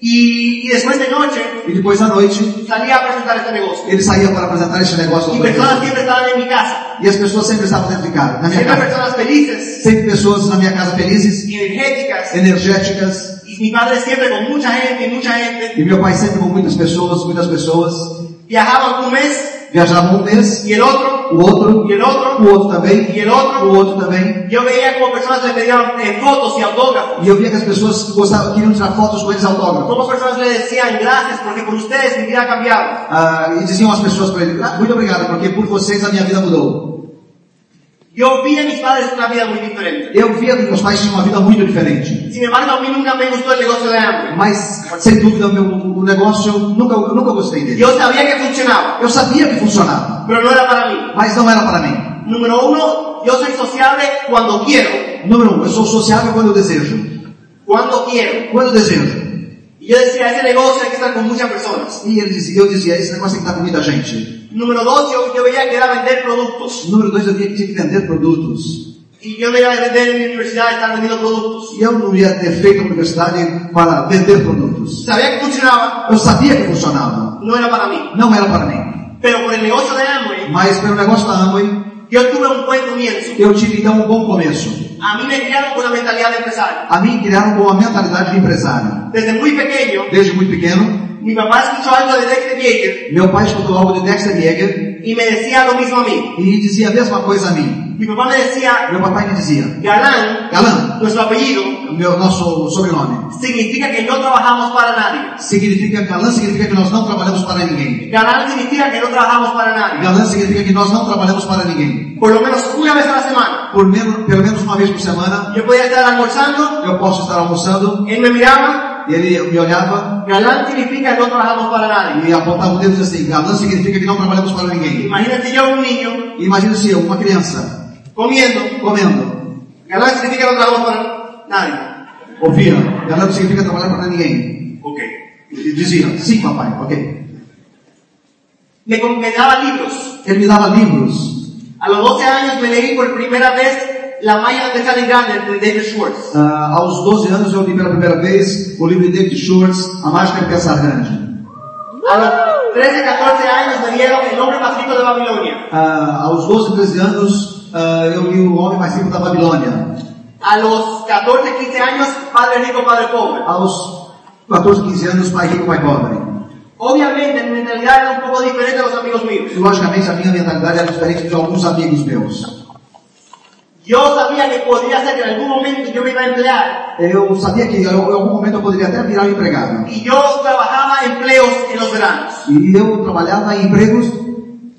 S1: Y, y después de noche,
S2: E depois à noite,
S1: salía a presentar este negocio.
S2: ele saía para apresentar este negócio ao
S1: Y
S2: planeta.
S1: personas siempre estaban en mi casa.
S2: E as pessoas sempre estavam dentro de casa, na minha
S1: Siempre
S2: casa.
S1: personas felices,
S2: Sempre pessoas na minha casa felizes,
S1: energéticas.
S2: energéticas.
S1: Y mi padre siempre con mucha gente, mucha gente.
S2: E meu pai sempre com muitas pessoas, muitas pessoas.
S1: Viajaban un mes
S2: Viajavam um mês,
S1: y el otro.
S2: o outro,
S1: Y el otro.
S2: o outro também,
S1: Y el otro.
S2: o outro também.
S1: Yo veía como personas le pedían eh, fotos y autógrafos.
S2: E eu via que as pessoas gostavam, queriam tirar fotos com eles autógrafos.
S1: Como personas le decían gracias porque por ustedes mi vida ha cambiado.
S2: Ah, e diziam as pessoas para ele, "Ah, muito obrigado, porque por vocês a minha vida mudou.
S1: Yo vi a mis padres una vida muy diferente.
S2: Eu via que meus pais tinham uma vida muito diferente.
S1: Sin embargo, a mí nunca me gustó el negocio de hambre.
S2: Mas, sem dúvida, o meu o negócio, eu nunca, eu nunca gostei dele.
S1: Yo sabía que funcionaba,
S2: Eu sabia que funcionava,
S1: pero no era para mí.
S2: mas não era para mim.
S1: Número uno, yo soy sociable cuando quiero.
S2: Número um, eu sou sociável quando eu desejo.
S1: Cuando quiero.
S2: Quando eu desejo.
S1: Y yo decía, ese negocio hay que estar con muchas personas.
S2: E ele dizia, eu dizia, esse negócio tem que estar com muita gente.
S1: Número dos, yo, yo veía que era vender productos.
S2: Número dois, eu tinha que tinha que vender produtos.
S1: Y yo no iba a vender en mi universidad estar vendiendo productos.
S2: E eu não ia ter feito a universidade para vender produtos.
S1: Sabía que funcionaba,
S2: Eu sabia que funcionava,
S1: no era para mí.
S2: não era para mim.
S1: Pero por el negocio de hambre,
S2: Mas pelo negócio da Amway,
S1: yo tuve un buen comienzo.
S2: eu tive então um bom começo.
S1: A mí me criaron con una mentalidad de empresario.
S2: A mim criaram com a mentalidade de empresário.
S1: Desde muy pequeño,
S2: Desde muito pequeno,
S1: mi papá escuchó algo de Dexter Yeager
S2: meu pai escutou algo de Dexter Yeager
S1: y me decía lo mismo a mí.
S2: e dizia a mesma coisa a mim.
S1: Mi papá me decía,
S2: Meu papai me dizia,
S1: Galán,
S2: Galã,
S1: nuestro apellido,
S2: meu nosso sobrenome,
S1: significa que no trabajamos para nadie.
S2: significa Galã significa que nós não trabalhamos para ninguém.
S1: Galán significa que no trabajamos para nadie.
S2: Galã significa que nós não trabalhamos para ninguém.
S1: Por lo menos una vez a la semana.
S2: Por menos, pelo menos uma vez por semana,
S1: Yo podía estar almorzando,
S2: eu posso estar almoçando
S1: él me miraba,
S2: e ele me olhava
S1: Galán significa no trabajamos para nadie.
S2: e apontava o dedo e dizia assim, Galã significa que não trabalhamos para ninguém.
S1: Imagínate yo un niño
S2: Imagina se eu, uma criança,
S1: comiendo,
S2: comendo,
S1: Galán significa no trabajamos para nadie.
S2: ouvia, Galã não significa trabalhar para ninguém.
S1: Ok.
S2: E dizia, sim papai, ok.
S1: Me, com- me daba libros.
S2: Ele me dava livros.
S1: A los 12 años me leí por primera vez La Maya de Sally Garner de David Schwartz.
S2: Ah, aos 12 anos eu li pela primeira vez o livro de David Schwartz, A Mágica de Pensar Grande.
S1: A los 13, 14 años me dieron El hombre más rico de Babilonia.
S2: Ah, aos 12, 13 anos ah, eu li O Homem Mais Rico da Babilônia.
S1: A los 14, 15 años Padre Rico, Padre Pobre.
S2: Aos 14, 15 anos, Pai Rico, Pai Pobre.
S1: Obviamente mi mentalidad era un poco diferente a los amigos míos.
S2: Logicamente, a minha mentalidade era diferente de alguns amigos meus.
S1: Yo sabía que podría ser que en algún momento yo me iba a emplear
S2: Eu sabia que em algum momento eu poderia até virar um empregado.
S1: y yo trabajaba empleos en los veranos.
S2: E eu trabalhava em empregos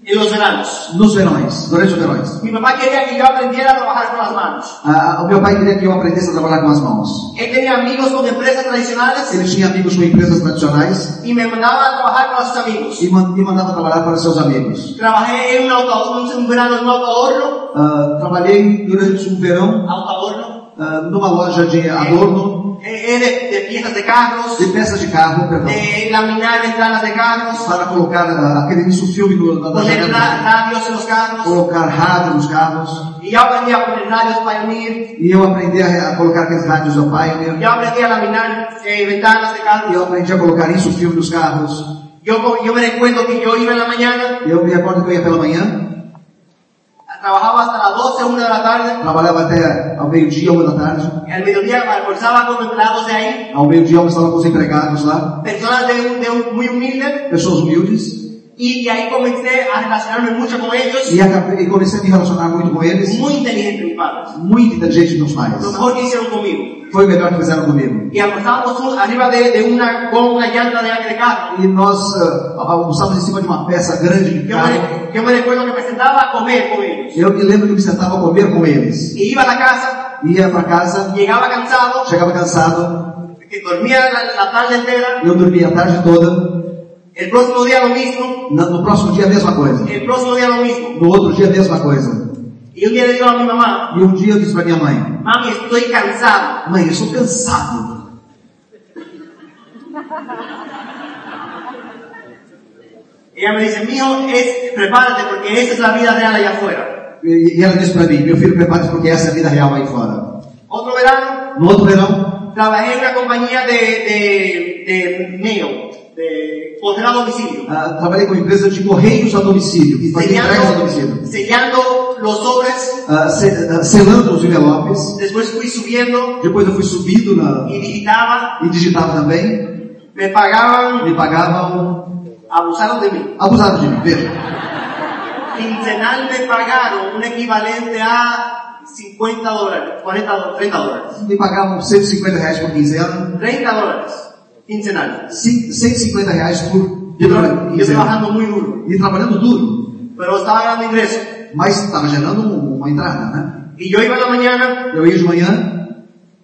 S1: En los veranos.
S2: nos verões, durante os verões.
S1: Mi papá quería que yo aprendiera a trabajar con las manos.
S2: Ah, o meu pai queria que eu aprendesse a trabalhar com as mãos.
S1: Él tenía amigos con empresas tradicionales
S2: Ele tinha amigos com empresas tradicionais
S1: y me mandaba a trabajar con sus amigos.
S2: e man- me mandava trabalhar para seus amigos.
S1: Trabajé en un, auto, un, un verano en un autohorno,
S2: Ah, trabalhei durante um verão
S1: autohorno
S2: ah, numa loja de adorno,
S1: eh, eh, de, de piezas de carros,
S2: de peças de carro, perdão,
S1: de laminar ventanas de carros,
S2: para colocar ah, aquele isso filme do, da, da
S1: poner ra-
S2: janela,
S1: radios en los carros.
S2: colocar rádio nos carros.
S1: Y yo aprendí a poner radios Pioneer,
S2: E eu aprendi a, a colocar aqueles rádios ao Pioneer.
S1: yo aprendí a laminar eh, ventanas de
S2: E
S1: carros.
S2: eu aprendi a colocar isso, o filme dos carros.
S1: Yo, yo me recuerdo que yo iba en la mañana,
S2: Eu me recordo que eu ia pela manhã,
S1: trabajaba hasta las 12, 1 de la tarde,
S2: trabalhava até ao meio-dia, uma da tarde.
S1: y al mediodía almorzaba con empleados de ahí,
S2: Ao meio-dia eu estava com os empregados lá,
S1: personas de un, de un- muy humildes,
S2: pessoas humildes.
S1: y de ahí comencé a relacionarme mucho con ellos,
S2: E, acabei, e comecei a me relacionar muito com eles.
S1: muy inteligente mis padres,
S2: Muito inteligente meus pais.
S1: lo mejor que hicieron conmigo.
S2: Foi o melhor que fizeram comigo.
S1: Y almorzábamos un- arriba de, de una, con una llanta de, de carro.
S2: E nós ah, almoçávamos em cima de uma peça grande de
S1: Yo
S2: carro.
S1: me, yo me recuerdo que me sentaba a comer con ellos.
S2: Eu me lembro que me sentava a comer com eles.
S1: Y iba a la casa,
S2: Ia para casa,
S1: llegaba cansado,
S2: chegava cansado,
S1: que dormía la, la tarde entera,
S2: eu dormia a tarde toda.
S1: el próximo día lo mismo,
S2: Na- No próximo dia a mesma coisa.
S1: el próximo día lo mismo.
S2: No outro dia a mesma coisa.
S1: Y un día le digo a mi mamá,
S2: E um dia eu disse pra minha mãe,
S1: Mami, estoy cansado.
S2: mãe, eu sou cansado.
S1: Ella me dice, mijo, es, prepárate porque esa es la vida real allá afuera.
S2: E, e ela disse pra mim, meu filho, prepare-se porque essa é a vida real aí fora.
S1: Otro verano,
S2: No outro verão,
S1: trabajé en una compañía de, de, de neo, de posgrado a domicilio,
S2: ah, trabalhei com empresa de correios a domicílio, que fazia entregas a
S1: sellando,
S2: domicílio.
S1: sellando los sobres,
S2: Ah, se- ah, selando os envelopes,
S1: después fui subiendo
S2: depois eu fui subido na,
S1: y digitaba,
S2: e digitava também,
S1: me pagaban,
S2: me pagavam,
S1: abusaron de mí.
S2: abusaram de mim, veja.
S1: Quincenal me pagaron un equivalente a 50 dólares, 40 dólares, 30 dólares,
S2: Me pagavam 150 reais por quinzena,
S1: 30 dólares, quincenal.
S2: cin- 150 reais por
S1: Yo, tra-
S2: por
S1: yo
S2: quinzena.
S1: trabajando muy duro.
S2: E trabalhando duro,
S1: pero estaba ganando ingreso.
S2: mas estava gerando um- uma entrada, né?
S1: Y yo iba en la mañana,
S2: Eu ia de manhã,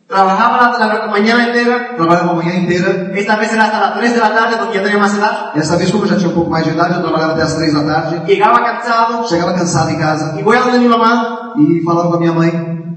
S1: trabajaba la, la mañana entera,
S2: Trabalhava a manhã inteira.
S1: esta vez era hasta las 3 de la tarde porque ya tenía más edad,
S2: Dessa vez, como eu já tinha um pouco mais de idade, eu trabalhava até as três da tarde.
S1: llegaba cansado
S2: Chegava cansado em casa
S1: y voy a donde mi mamá,
S2: e falava com a minha mãe,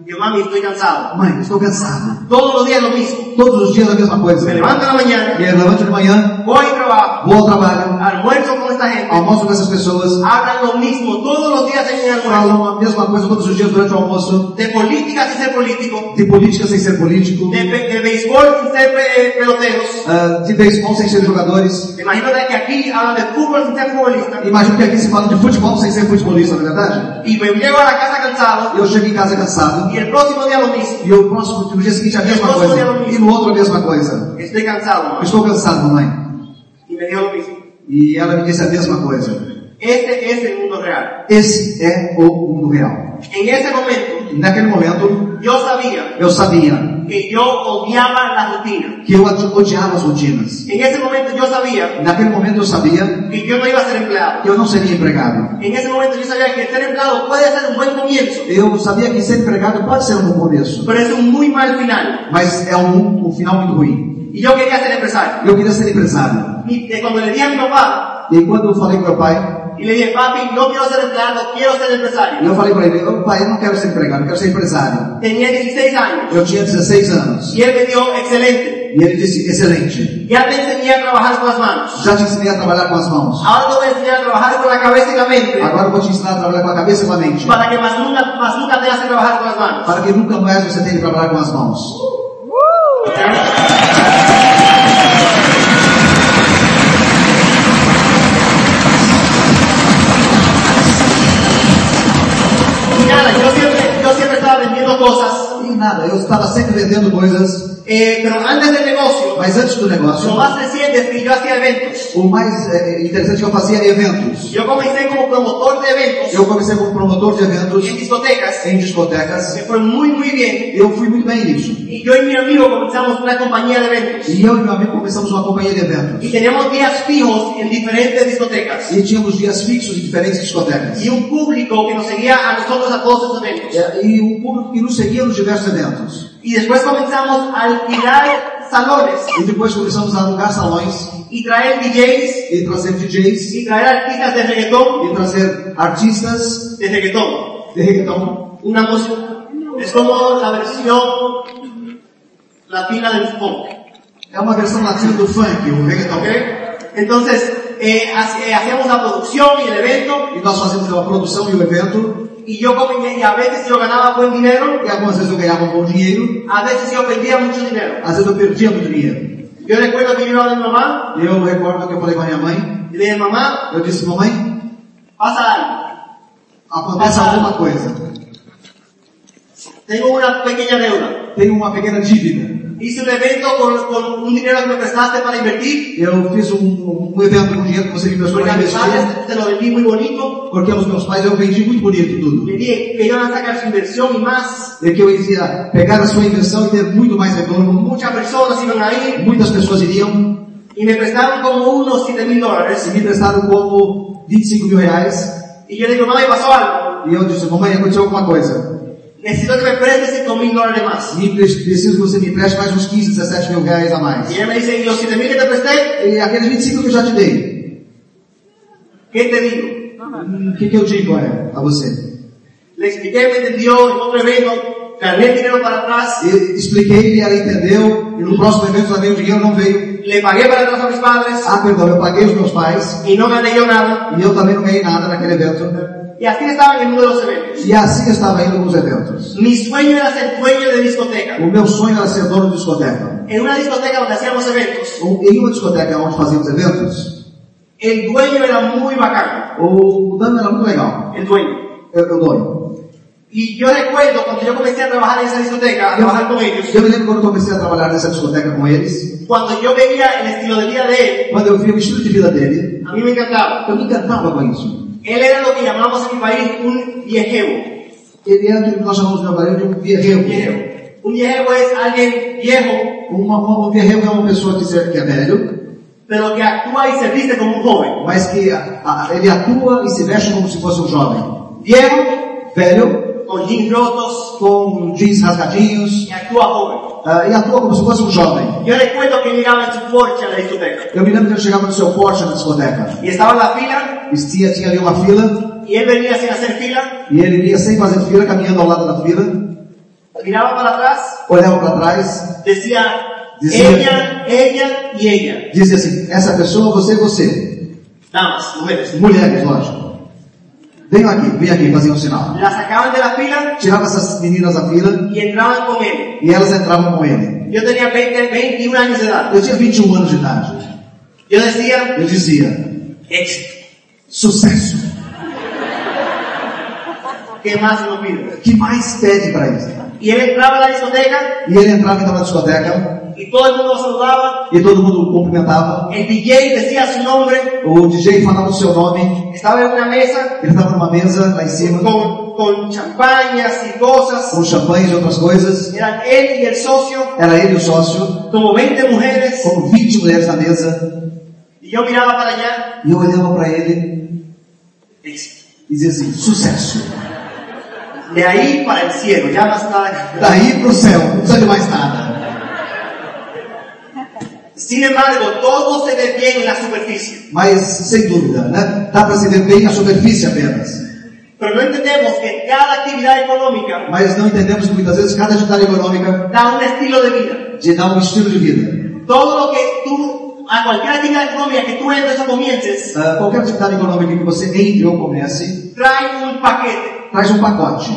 S1: y yo, mami, estoy cansado.
S2: mãe, estou cansado.
S1: Todos los días lo mismo.
S2: Todos os dias a mesma coisa.
S1: Me levanto en la mañana,
S2: Me levanto de manhã,
S1: voy y trabajo,
S2: vou ao trabalho,
S1: almuerzo con esta gente,
S2: almoço com essas pessoas,
S1: hablan lo mismo todos los días en el almuerzo,
S2: falam a mesma coisa todos os dias durante o almoço,
S1: de política sin ser político,
S2: de política sem ser político,
S1: de, pe- de béisbol sin ser pe- eh, peloteros.
S2: ah, de beisebol sem ser jogadores.
S1: Imagínate que aquí hablan de fútbol sin ser futbolista.
S2: Imagino que aqui se fala de futebol sem ser futebolista, não é verdade?
S1: Y me llego a la casa cansado
S2: Eu chego em casa cansado.
S1: y el próximo día lo mismo.
S2: E eu próximo, no dia seguinte a
S1: Eu
S2: mesma
S1: posso
S2: coisa.
S1: olhar o
S2: E no outro a mesma coisa.
S1: Estoy cansado, mamá.
S2: Estou cansado, mamãe.
S1: Y me dijo lo mismo.
S2: E ela me disse a mesma coisa.
S1: Este es el mundo real.
S2: Esse é o mundo real.
S1: En ese momento,
S2: E naquele momento,
S1: yo sabía
S2: eu sabia
S1: que yo odiaba la rutina.
S2: que eu adi- odiava as rotinas.
S1: En ese momento yo sabía
S2: Naquele momento eu sabia
S1: que yo no iba a ser empleado.
S2: que eu não seria empregado.
S1: En ese momento yo sabía que ser empleado puede ser un buen comienzo,
S2: Eu sabia que ser empregado pode ser um bom começo,
S1: pero es un muy mal final.
S2: mas é um, um final muito ruim.
S1: Y yo quería ser empresario.
S2: Eu queria ser empresário.
S1: Y de cuando le dije a mi papá,
S2: E aí, quando eu falei com meu pai,
S1: y le dije, papi, no quiero ser empleado, quiero ser empresario.
S2: eu falei para ele, "Ô, pai, eu não quero ser empregado, eu quero ser empresário.
S1: Tenía 16 años.
S2: Eu tinha 16 anos.
S1: Y él me dijo, excelente.
S2: E ele disse, excelente,
S1: Ya te enseñé a trabajar con las manos.
S2: já te ensinei a trabalhar com as mãos.
S1: Ahora te voy a enseñar a trabajar con la cabeza y la mente.
S2: Agora eu vou te ensinar a trabalhar com a cabeça e com a mente.
S1: Para que más nunca, más nunca tengas que trabajar con las manos.
S2: Para que nunca mais você tenha que trabalhar com as mãos.
S1: Y nada, yo siempre, yo siempre estaba vendiendo cosas.
S2: E nada, eu estava sempre vendendo coisas,
S1: Eh, pero antes del negocio,
S2: mas antes do negócio,
S1: lo más reciente es que yo hacía eventos.
S2: o mais é, interessante que eu fazia era eventos.
S1: Yo comencé como promotor de eventos
S2: Eu comecei como promotor de eventos
S1: en discotecas.
S2: em discotecas.
S1: Me fue muy, muy bien.
S2: Eu fui muito bem nisso.
S1: Y yo y mi amigo comenzamos una compañía de eventos.
S2: E eu e meu amigo começamos uma companhia de eventos.
S1: Y teníamos días fijos en diferentes discotecas.
S2: E tínhamos dias fixos em diferentes discotecas.
S1: Y un público que nos seguía a nosotros a todos esos eventos.
S2: É, E o público que nos seguia nos diversos eventos.
S1: Y después comenzamos a alquilar salones
S2: E depois começamos a alugar salões
S1: y traer DJs
S2: e trazer DJs
S1: y traer artistas de reggaetón,
S2: e trazer artistas
S1: de reggaetón.
S2: de reggaeton.
S1: Una música. Es como la versión latina del funk.
S2: É uma versão latina do funk, o reggaeton.
S1: ¿ok? Entonces, eh, hace- eh, hacíamos la producción y el evento
S2: E nós fazemos a produção e o evento.
S1: y yo como- y a veces yo ganaba buen dinero,
S2: E algumas vezes eu ganhava um bom dinheiro,
S1: a veces yo perdía mucho dinero.
S2: às vezes eu perdia muito dinheiro.
S1: Yo recuerdo que yo iba a mi mamá
S2: E eu recordo que eu falei com a minha mãe.
S1: y le dije, mamá,
S2: Eu disse, mamãe,
S1: pasa algo.
S2: acontece alguma coisa.
S1: Tengo una pequeña deuda.
S2: Tenho uma pequena dívida.
S1: Hice un evento con, con un dinero que me prestaste para invertir,
S2: Eu fiz um, um evento com dinheiro que você me prestou
S1: porque
S2: para
S1: a mis
S2: investir.
S1: padres se lo vendí muy bonito.
S2: Porque aos meus pais eu vendi muito bonito tudo.
S1: Le dije que iban a sacar su inversión y más.
S2: E que eu ia pegar a sua inversão e ter muito mais retorno.
S1: Muchas personas iban a ir
S2: Muitas pessoas iriam
S1: y me prestaron como unos 7 mil
S2: e
S1: dólares.
S2: me prestaram como 25 mil reais.
S1: Y yo le digo, mamá, me pasó algo.
S2: E eu disse, mamãe, aconteceu alguma coisa.
S1: Necesito que me prestes 5 mil dólares más.
S2: Me pre- preciso que você me preste mais uns 15, 17 mil reais a mais.
S1: Y ella me dice, ¿y los 7 mil que te presté?
S2: E aqueles 25 que eu já te dei,
S1: ¿Qué te digo?
S2: hum, o que, que eu digo é, a você?
S1: Le expliqué, me entendió, en otro evento, gané el dinero para atrás,
S2: E expliquei, ela entendeu, e no próximo evento já veio o dinheiro, não veio.
S1: le pagué para atrás a mis padres
S2: Ah, perdão, eu paguei os meus pais,
S1: y no gané yo nada.
S2: e eu também não ganhei nada naquele evento.
S1: Y así estaba en el mundo de los eventos.
S2: E assim eu estava indo nos eventos.
S1: Mi sueño era ser dueño de discoteca.
S2: O meu sonho era ser dono de discoteca.
S1: En una discoteca donde hacíamos eventos,
S2: Ou Em uma discoteca onde fazíamos eventos,
S1: el dueño era muy bacán.
S2: o dono era muito legal.
S1: El dueño.
S2: Eu, eu dono.
S1: Y yo recuerdo cuando yo comencé a trabajar en esa discoteca, a trabajar con ellos,
S2: Eu me lembro quando comecei a trabalhar nessa discoteca com eles,
S1: cuando yo veía el estilo de vida de
S2: Quando eu vi o estilo de vida dele,
S1: él, a mí me encantaba.
S2: eu me encantava com isso.
S1: Él era lo que llamamos en mi país un viejeo.
S2: Ele era o que nós chamamos no meu marido de um guerreiro.
S1: Viejeo. Un viejeo es alguien viejo,
S2: Uma, uma, um guerreiro é uma pessoa que, se- que é velho,
S1: pero que actúa y se viste como un joven.
S2: mas que a- a- ele atua e se mexe como se fosse um jovem.
S1: Viejo,
S2: Velho,
S1: con jeans rotos,
S2: com jeans rasgadinhos,
S1: y actúa joven.
S2: ah, e atua como se fosse um jovem.
S1: Yo recuerdo que él llegaba en su porche a la discoteca.
S2: Eu me lembro que eu chegava no seu Porsche na discoteca.
S1: Y estaba en la fila,
S2: E Tinha, tinha ali uma fila,
S1: y él venía sin hacer fila,
S2: e ele ia sem fazer fila, caminhando ao lado da fila,
S1: miraba para atrás,
S2: olhava para trás,
S1: decía,
S2: Decía-
S1: ella, ela y ella.
S2: dizia assim, essa pessoa, você, você.
S1: Damas, mujeres.
S2: Mulheres, lógico. Venham aqui, venham aqui, faziam um sinal.
S1: La sacaban de la fila
S2: Tirava essas meninas da fila
S1: y entraban con él.
S2: e elas entravam com ele.
S1: Yo tenía 20, 21 años de edad.
S2: Eu tinha 21 anos de idade.
S1: Yo decía,
S2: Eu dizia,
S1: éxito.
S2: sucesso.
S1: que más nos pide.
S2: que mais pede para isso.
S1: Y él entraba a la discoteca
S2: E ele entrava então na discoteca
S1: y todo el mundo lo saludaba.
S2: e todo mundo o cumprimentava.
S1: El DJ decía su nombre.
S2: O DJ falava o seu nome.
S1: Estaba en una mesa
S2: Ele estava numa mesa lá em cima
S1: con, con champañas y cosas.
S2: com champanhe e outras coisas.
S1: Eran él y el socio,
S2: Era ele o sócio,
S1: como 20 mujeres.
S2: como 20 mulheres na mesa.
S1: Y yo miraba para allá
S2: E eu olhava para ele
S1: y decía,
S2: e dizia assim: sucesso.
S1: de ahí para el cielo, ya más nada.
S2: Daí Tá pro céu, não precisa de mais nada.
S1: Sin embargo, todo se ve bien en la superficie.
S2: Mas, sem dúvida, né? Dá para se ver bem a superfície apenas.
S1: Pero no entendemos que cada actividad económica
S2: Mas não entendemos que muitas vezes cada atividade econômica
S1: da un estilo de vida.
S2: te dá um estilo de vida.
S1: Todo lo que tú, a cualquier actividad económica que tú entres o comiences,
S2: Ah, qualquer atividade econômica que você entre ou comece,
S1: trae un paquete.
S2: traz um pacote.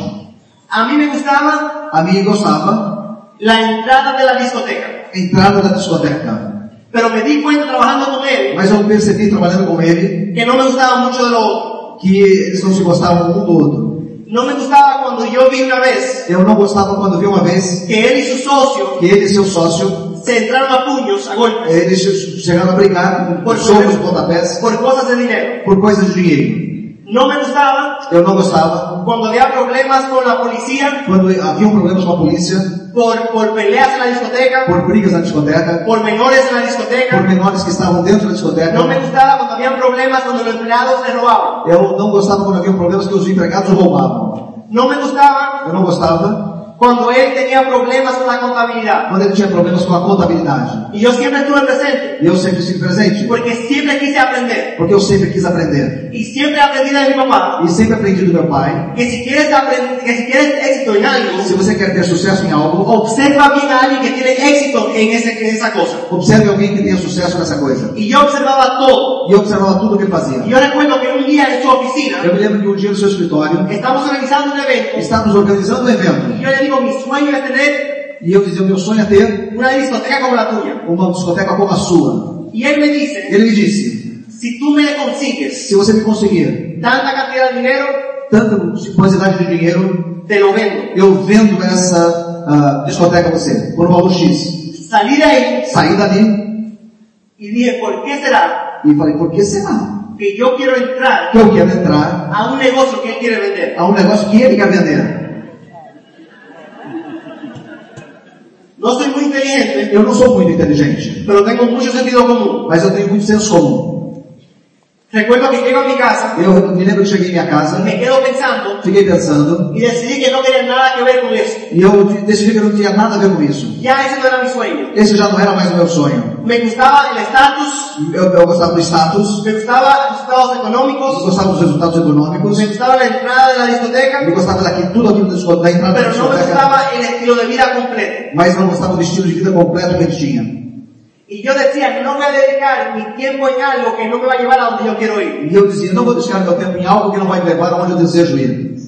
S1: A mí me gustaba
S2: A minha gostava,
S1: la entrada de la discoteca,
S2: a entrada da discoteca.
S1: pero me di cuenta trabajando con él
S2: Mas eu percebi, trabalhando com ele,
S1: que no me gustaba mucho de lo otro.
S2: que eles não se gostavam um do outro.
S1: No me gustaba cuando yo vi una vez
S2: Eu não gostava quando vi uma vez
S1: que él y su socio
S2: que ele e seu sócio,
S1: se entraram a puños, a golpes,
S2: eles chegaram a brigar com
S1: Por
S2: socos
S1: sobre-
S2: e pontapés
S1: por cosas de dinero.
S2: por coisas de dinheiro.
S1: No me gustaba
S2: Eu não gostava.
S1: cuando había problemas con la policía
S2: Quando haviam problemas com a polícia,
S1: por, por peleas en la discoteca,
S2: por brigas na discoteca,
S1: por menores en la
S2: por
S1: discoteca.
S2: menores que estavam dentro da discoteca.
S1: No me gustaba cuando habían problemas cuando los empleados le robaban.
S2: Eu não gostava quando haviam problemas que os empregados roubavam.
S1: No me gustaba
S2: Eu não gostava
S1: cuando él tenía problemas con la contabilidad.
S2: quando ele tinha problemas com a contabilidade.
S1: Y yo siempre estuve presente
S2: E eu sempre estive presente,
S1: porque siempre quise aprender.
S2: porque eu sempre quis aprender.
S1: Y siempre aprendí de mi papá
S2: E sempre aprendi do meu pai.
S1: que si quieres, aprend- que si quieres éxito en algo,
S2: Se você quer ter sucesso em algo,
S1: observa bien a alguien que tiene éxito en, ese, en esa cosa.
S2: observe alguém que tenha sucesso nessa coisa.
S1: Y yo observaba todo.
S2: E eu observaba tudo o que ele
S1: Y
S2: fazia.
S1: yo recuerdo que un día en su oficina
S2: Eu me lembro que um dia no seu escritório,
S1: estamos organizando un evento.
S2: estávamos organizando um
S1: Y
S2: evento.
S1: yo le digo, mi sueño es tener
S2: E eu dizia, o meu sonho é ter
S1: una discoteca como la tuya.
S2: uma discoteca como a sua.
S1: Y él me dice,
S2: Ele me disse,
S1: si tú me consigues
S2: se você me conseguir
S1: tanta cantidad de dinero,
S2: tanta quantidade de dinheiro,
S1: te lo vendo.
S2: eu vendo essa ah, discoteca a você, por um valor X.
S1: Salí de ahí
S2: Saí dali
S1: y dije, ¿por qué será
S2: e falei, por que será?
S1: que yo quiero entrar
S2: Que eu quero entrar
S1: a un negocio que él quiere vender?
S2: a um negócio que ele quer vender.
S1: No soy muy inteligente,
S2: Eu não sou muito inteligente,
S1: pero tengo mucho sentido común.
S2: mas eu tenho muito senso comum.
S1: Recuerdo que llego a mi casa,
S2: Eu me lembro que cheguei em minha casa,
S1: me quedo pensando
S2: fiquei pensando,
S1: y decidí que no quería nada que ver con eso.
S2: e eu decidi que eu não tinha nada a ver com isso.
S1: Ya ese no era mi sueño.
S2: Esse já não era mais o meu sonho.
S1: Me gustaba el estatus,
S2: Eu, eu gostava do status,
S1: me gustaba los estados
S2: eu
S1: económicos,
S2: gostava dos resultados econômicos,
S1: me
S2: eu
S1: gustaba la entrada de la discoteca,
S2: gostava daqui, tudo aquilo da escola, da entrada da
S1: pero no me
S2: discoteca,
S1: gustaba el estilo de vida completo.
S2: né, mas não gostava do estilo de vida completo que ele tinha.
S1: Y yo decía, no voy a dedicar mi tiempo en algo que no me va a llevar a donde yo quiero ir.
S2: E eu dizia, não vou deixar meu tempo em algo que não vai me levar aonde eu desejo ir.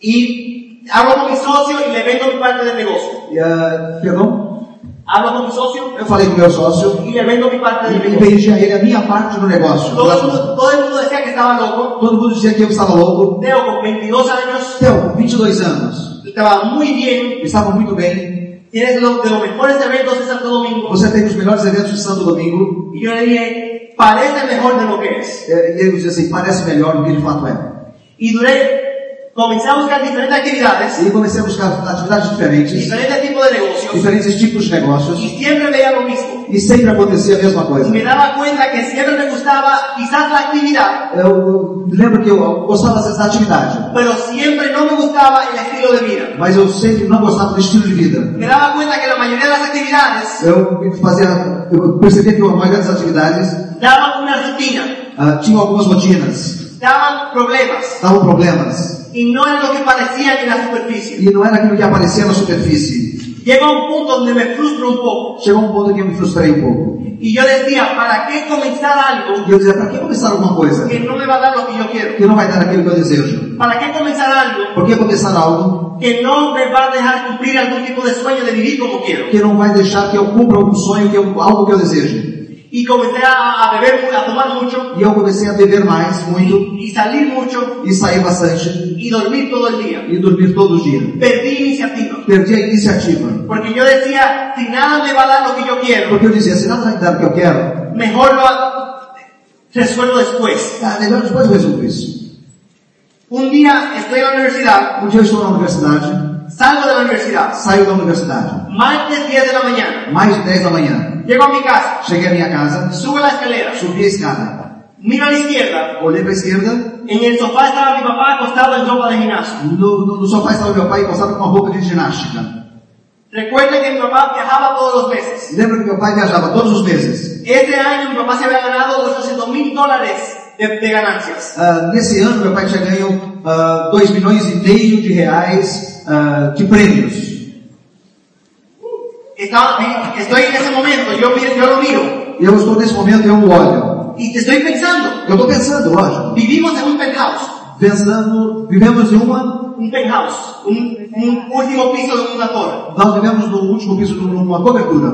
S1: Y hablo con mi socio y le vendo mi parte del negocio.
S2: E, ah, perdão?
S1: Hablo con mi socio
S2: Eu falei com meu sócio
S1: y le vendo mi parte
S2: e
S1: del negocio.
S2: vendi a ele é a minha parte do negócio.
S1: Todo el mundo, todo el mundo decía que estaba loco.
S2: Todo mundo dizia que eu estava louco.
S1: Teo con 22 años
S2: Teu, com 22 anos,
S1: estaba muy bien.
S2: estava muito bem.
S1: Tienes lo- de los mejores eventos de Santo Domingo.
S2: Você teve os melhores eventos de Santo Domingo.
S1: Y yo le dije, parece mejor de lo que es.
S2: É, E eu dizia assim, parece melhor do que de fato é.
S1: Y duré, comencé a buscar diferentes actividades,
S2: E comecei a buscar atividades diferentes,
S1: diferentes tipos de negocios.
S2: diferentes tipos de negócios.
S1: Y siempre veía lo mismo.
S2: E sempre acontecia a mesma
S1: Y
S2: coisa.
S1: me daba cuenta que siempre me gustaba quizás la actividad,
S2: Eu lembro que eu gostava dessa atividade,
S1: pero siempre no me gustaba el estilo de vida.
S2: mas eu sempre não gostava do estilo de vida.
S1: Me daba cuenta que la mayoría de las actividades
S2: Eu fazia, eu percebia que a maioria das atividades
S1: daban una rutina,
S2: ah, tinha algumas rotinas,
S1: daban problemas,
S2: davam problemas.
S1: y no era lo que parecía en la superficie.
S2: E não era aquilo que aparecia na superfície.
S1: Llegó a un punto donde me frustro un poco,
S2: Chegou un ponto que eu me frustrei um pouco.
S1: y yo decía, ¿para qué comenzar algo
S2: E eu dizia, para que começar alguma coisa
S1: que no me va a dar lo que yo quiero?
S2: que não vai dar aquilo que eu desejo?
S1: ¿Para qué comenzar algo
S2: Por que começar algo
S1: que no me va a dejar cumplir algún tipo de sueño de vivir como quiero?
S2: que não vai deixar que eu cumpra algum sonho, que eu, algo que eu desejo?
S1: y comencé a, a beber, a tomar mucho
S2: E eu comecei a beber mais, muito,
S1: y salir mucho
S2: e sair bastante,
S1: y dormir todo el día.
S2: e dormir todo o dia.
S1: Perdí iniciativa.
S2: Perdi a iniciativa.
S1: Porque yo decía, si nada me va a dar lo que yo quiero,
S2: Porque eu dizia, se nada vai dar o que eu quero,
S1: mejor lo ha- resuelvo después.
S2: ah, melhor depois eu resolvo isso.
S1: Un día estoy en la universidad,
S2: Um dia eu estou na universidade,
S1: salgo de la universidad,
S2: saio da universidade,
S1: martes 10 de la mañana,
S2: mais de 10 da manhã.
S1: llego a mi casa,
S2: Cheguei à minha casa,
S1: subo la escalera,
S2: subi a escada,
S1: miro a la izquierda,
S2: olhei para a esquerda,
S1: en el sofá estaba mi papá acostado en ropa de gimnasio.
S2: no, no, no sofá estava meu pai encostado com uma roupa de ginástica.
S1: Recuerden que mi papá viajaba todos los meses.
S2: Lembra que meu pai viajava todos os meses.
S1: Este año mi papá se había ganado 800 mil dólares de, de ganancias.
S2: Ah, nesse ano, meu pai tinha ganho 2 milhões e meio de reais ah, de prêmios.
S1: Estaba- estoy en ese momento, yo, mi- yo lo miro
S2: E eu estou nesse momento, eu olho.
S1: y estoy pensando,
S2: Eu estou pensando, lógico.
S1: vivimos en un penthouse.
S2: Pensando, vivemos em uma,
S1: un penthouse, un, un último piso de una torre.
S2: nós vivemos no último piso de um uma cobertura.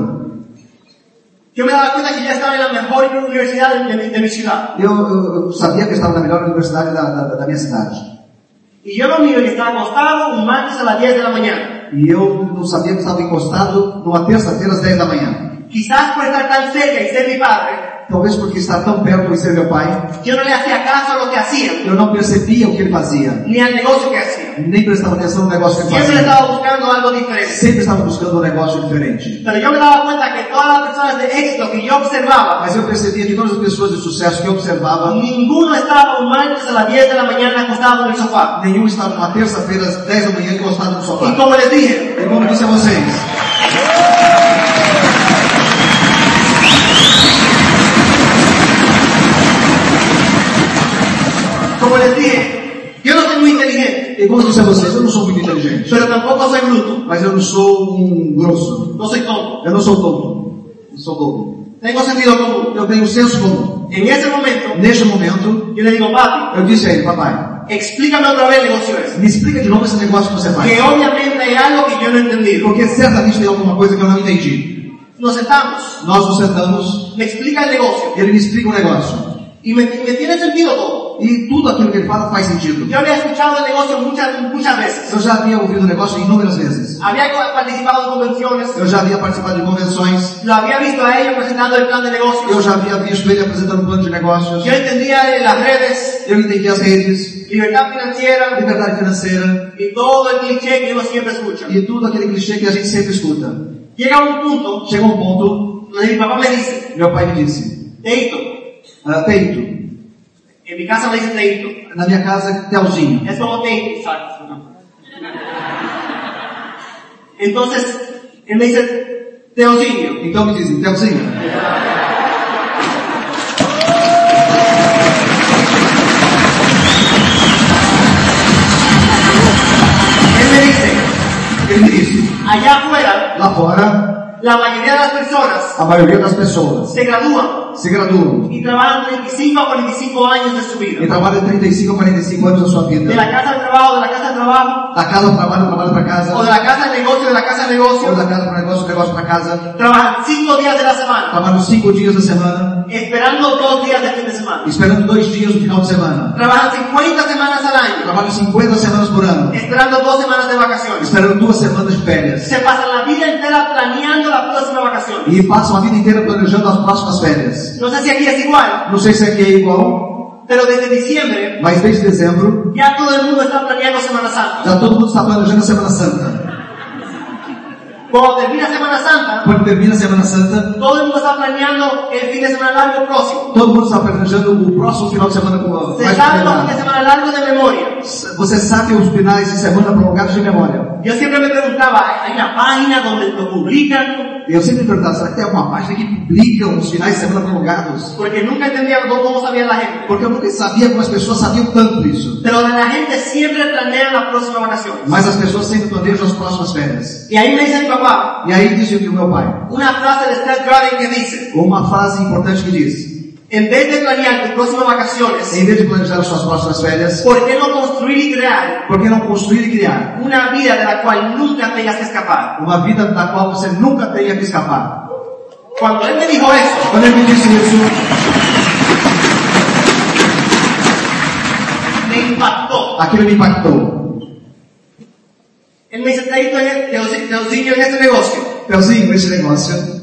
S1: Yo me daba cuenta que ya estaba en la mejor universidad de, mi- de mi ciudad.
S2: Eu, eu, eu sabia que eu estava na melhor universidade da, da, da minha cidade.
S1: Y yo lo miro y estaba acostado un martes a las 10 de la mañana.
S2: E eu não sabia que estava encostado numa terça-feira às 10 da manhã.
S1: Quizás por estar tan cerca y ser mi padre,
S2: Talvez porque estar tão perto de ser meu pai,
S1: yo no le hacía caso a lo que hacía,
S2: eu não percebia o que ele fazia.
S1: ni al negocio que hacía.
S2: Nem prestava atenção no negócio que ele
S1: Siempre le
S2: fazia.
S1: estaba buscando algo diferente.
S2: Sempre estava buscando um negócio diferente.
S1: Pero yo me daba cuenta que todas las personas de éxito que yo observaba,
S2: Mas eu percebia que todas as pessoas de sucesso que eu observava,
S1: ninguno estaba un martes a las 10 de la mañana acostado en el sofá.
S2: nenhum estava numa terça-feira às 10 da manhã encostado no
S1: Y
S2: sofá.
S1: como les dije,
S2: E como disse a vocês,
S1: como les dije, yo no soy muy inteligente,
S2: e como disse a vocês, eu não sou muito inteligente,
S1: pero tampoco soy bruto.
S2: mas eu não sou um grosso.
S1: No soy tonto,
S2: Eu não sou tonto. Não sou tonto.
S1: tengo sentido común.
S2: Eu tenho senso comum.
S1: En ese momento,
S2: Neste momento,
S1: yo le digo, papi,
S2: eu disse a ele, papai,
S1: explícame otra vez el negocio ese.
S2: me explica de novo esse negócio que você
S1: Que
S2: faz.
S1: obviamente hay algo que yo no he entendido.
S2: Porque certamente tem alguma coisa que eu não entendi.
S1: Nos sentamos,
S2: Nós nos sentamos,
S1: me explica el negocio
S2: ele me explica o negócio.
S1: y me, me tiene sentido todo.
S2: E tudo aquilo que ele fala faz sentido.
S1: Yo había escuchado el negocio muchas, muchas veces.
S2: Eu já havia ouvido o negócio inúmeras vezes.
S1: Había co- participado en convenciones,
S2: Eu já havia participado de convenções,
S1: lo había visto a ellos presentando el plan de
S2: eu
S1: negocios.
S2: já havia visto ele apresentando um plano de negócios,
S1: Yo entendía eh, las redes,
S2: eu entendi as redes,
S1: libertad financiera
S2: liberdade financeira
S1: y todo el cliché que uno siempre escucha.
S2: e tudo aquele clichê que a gente sempre escuta.
S1: Llega un punto
S2: Chegou um ponto,
S1: donde mi papá me dice,
S2: meu pai me disse,
S1: Teito,
S2: ah, Peito,
S1: en mi casa me dicen Teito,
S2: na minha casa, Telzinho.
S1: Es como te exacto. ¿no? Entonces, él me dice, Teocinio.
S2: Então me dizem, Telzinho,
S1: Él me dice,
S2: ele me disse,
S1: allá afuera,
S2: lá fora,
S1: la mayoría de las personas
S2: a maioria das pessoas
S1: se gradúan
S2: se graduam
S1: y trabajan 35 a 45 años de su
S2: e
S1: vida.
S2: trabalham 35 a 45 anos da sua vida.
S1: De la casa al trabajo, de la casa al trabajo,
S2: Da casa ao trabalho, trabalho para casa,
S1: o de la casa al negocio, de la casa al
S2: ou
S1: negocio,
S2: da casa para negócio, negócio para casa.
S1: trabajan 5 días de la semana,
S2: Trabalham cinco dias da semana,
S1: esperando 2 días de fin de semana.
S2: esperando dois dias no final de semana.
S1: Trabajan 50 semanas al año,
S2: Trabalham 50 semanas por ano,
S1: esperando 2 semanas de vacaciones.
S2: esperando duas semanas de férias.
S1: Se pasan la vida entera planeando la próxima vacación.
S2: E passam a vida inteira planejando as próximas férias.
S1: No sé si aquí es igual,
S2: Não sei se aqui é igual,
S1: pero desde diciembre
S2: mas desde dezembro
S1: ya todo el mundo está planeando Semana Santa.
S2: já todo mundo está planejando a Semana Santa.
S1: Cuando termina Semana Santa,
S2: Quando termina a Semana Santa,
S1: todo el mundo está planeando el fin de semana largo próximo.
S2: todo mundo está planejando o próximo final de semana com a
S1: Se saben los fines de semana largos de memoria.
S2: Você sabe os finais de semana prolongados de memória.
S1: Yo siempre me preguntaba, ¿hay una página donde lo publican?
S2: Eu sempre me perguntava, será que tem alguma página que publica os finais de semana prolongados?
S1: Porque nunca entendía cómo, cómo sabía la gente.
S2: Porque eu nunca sabia como as pessoas sabiam tanto isso.
S1: Pero la gente siempre planea la próxima vacación.
S2: Mas as pessoas sempre planejam as próximas férias.
S1: Y ahí me dice mi papá
S2: E aí disse o meu pai,
S1: una frase de Seth Godin que dice,
S2: uma frase importante que diz,
S1: en vez de planear tus próximas vacaciones,
S2: em vez de planejar suas próximas férias,
S1: ¿por qué no construir y crear
S2: por que não construir e criar
S1: una vida de la cual nunca tengas que escapar.
S2: uma vida da qual você nunca tenha que escapar?
S1: Cuando él me dijo eso,
S2: Quando ele me disse isso,
S1: me impactó.
S2: aquilo me impactou.
S1: Él me dice, te ayudo en el- te aux- te auxilio en este negocio.
S2: Pelzinho, nesse negócio,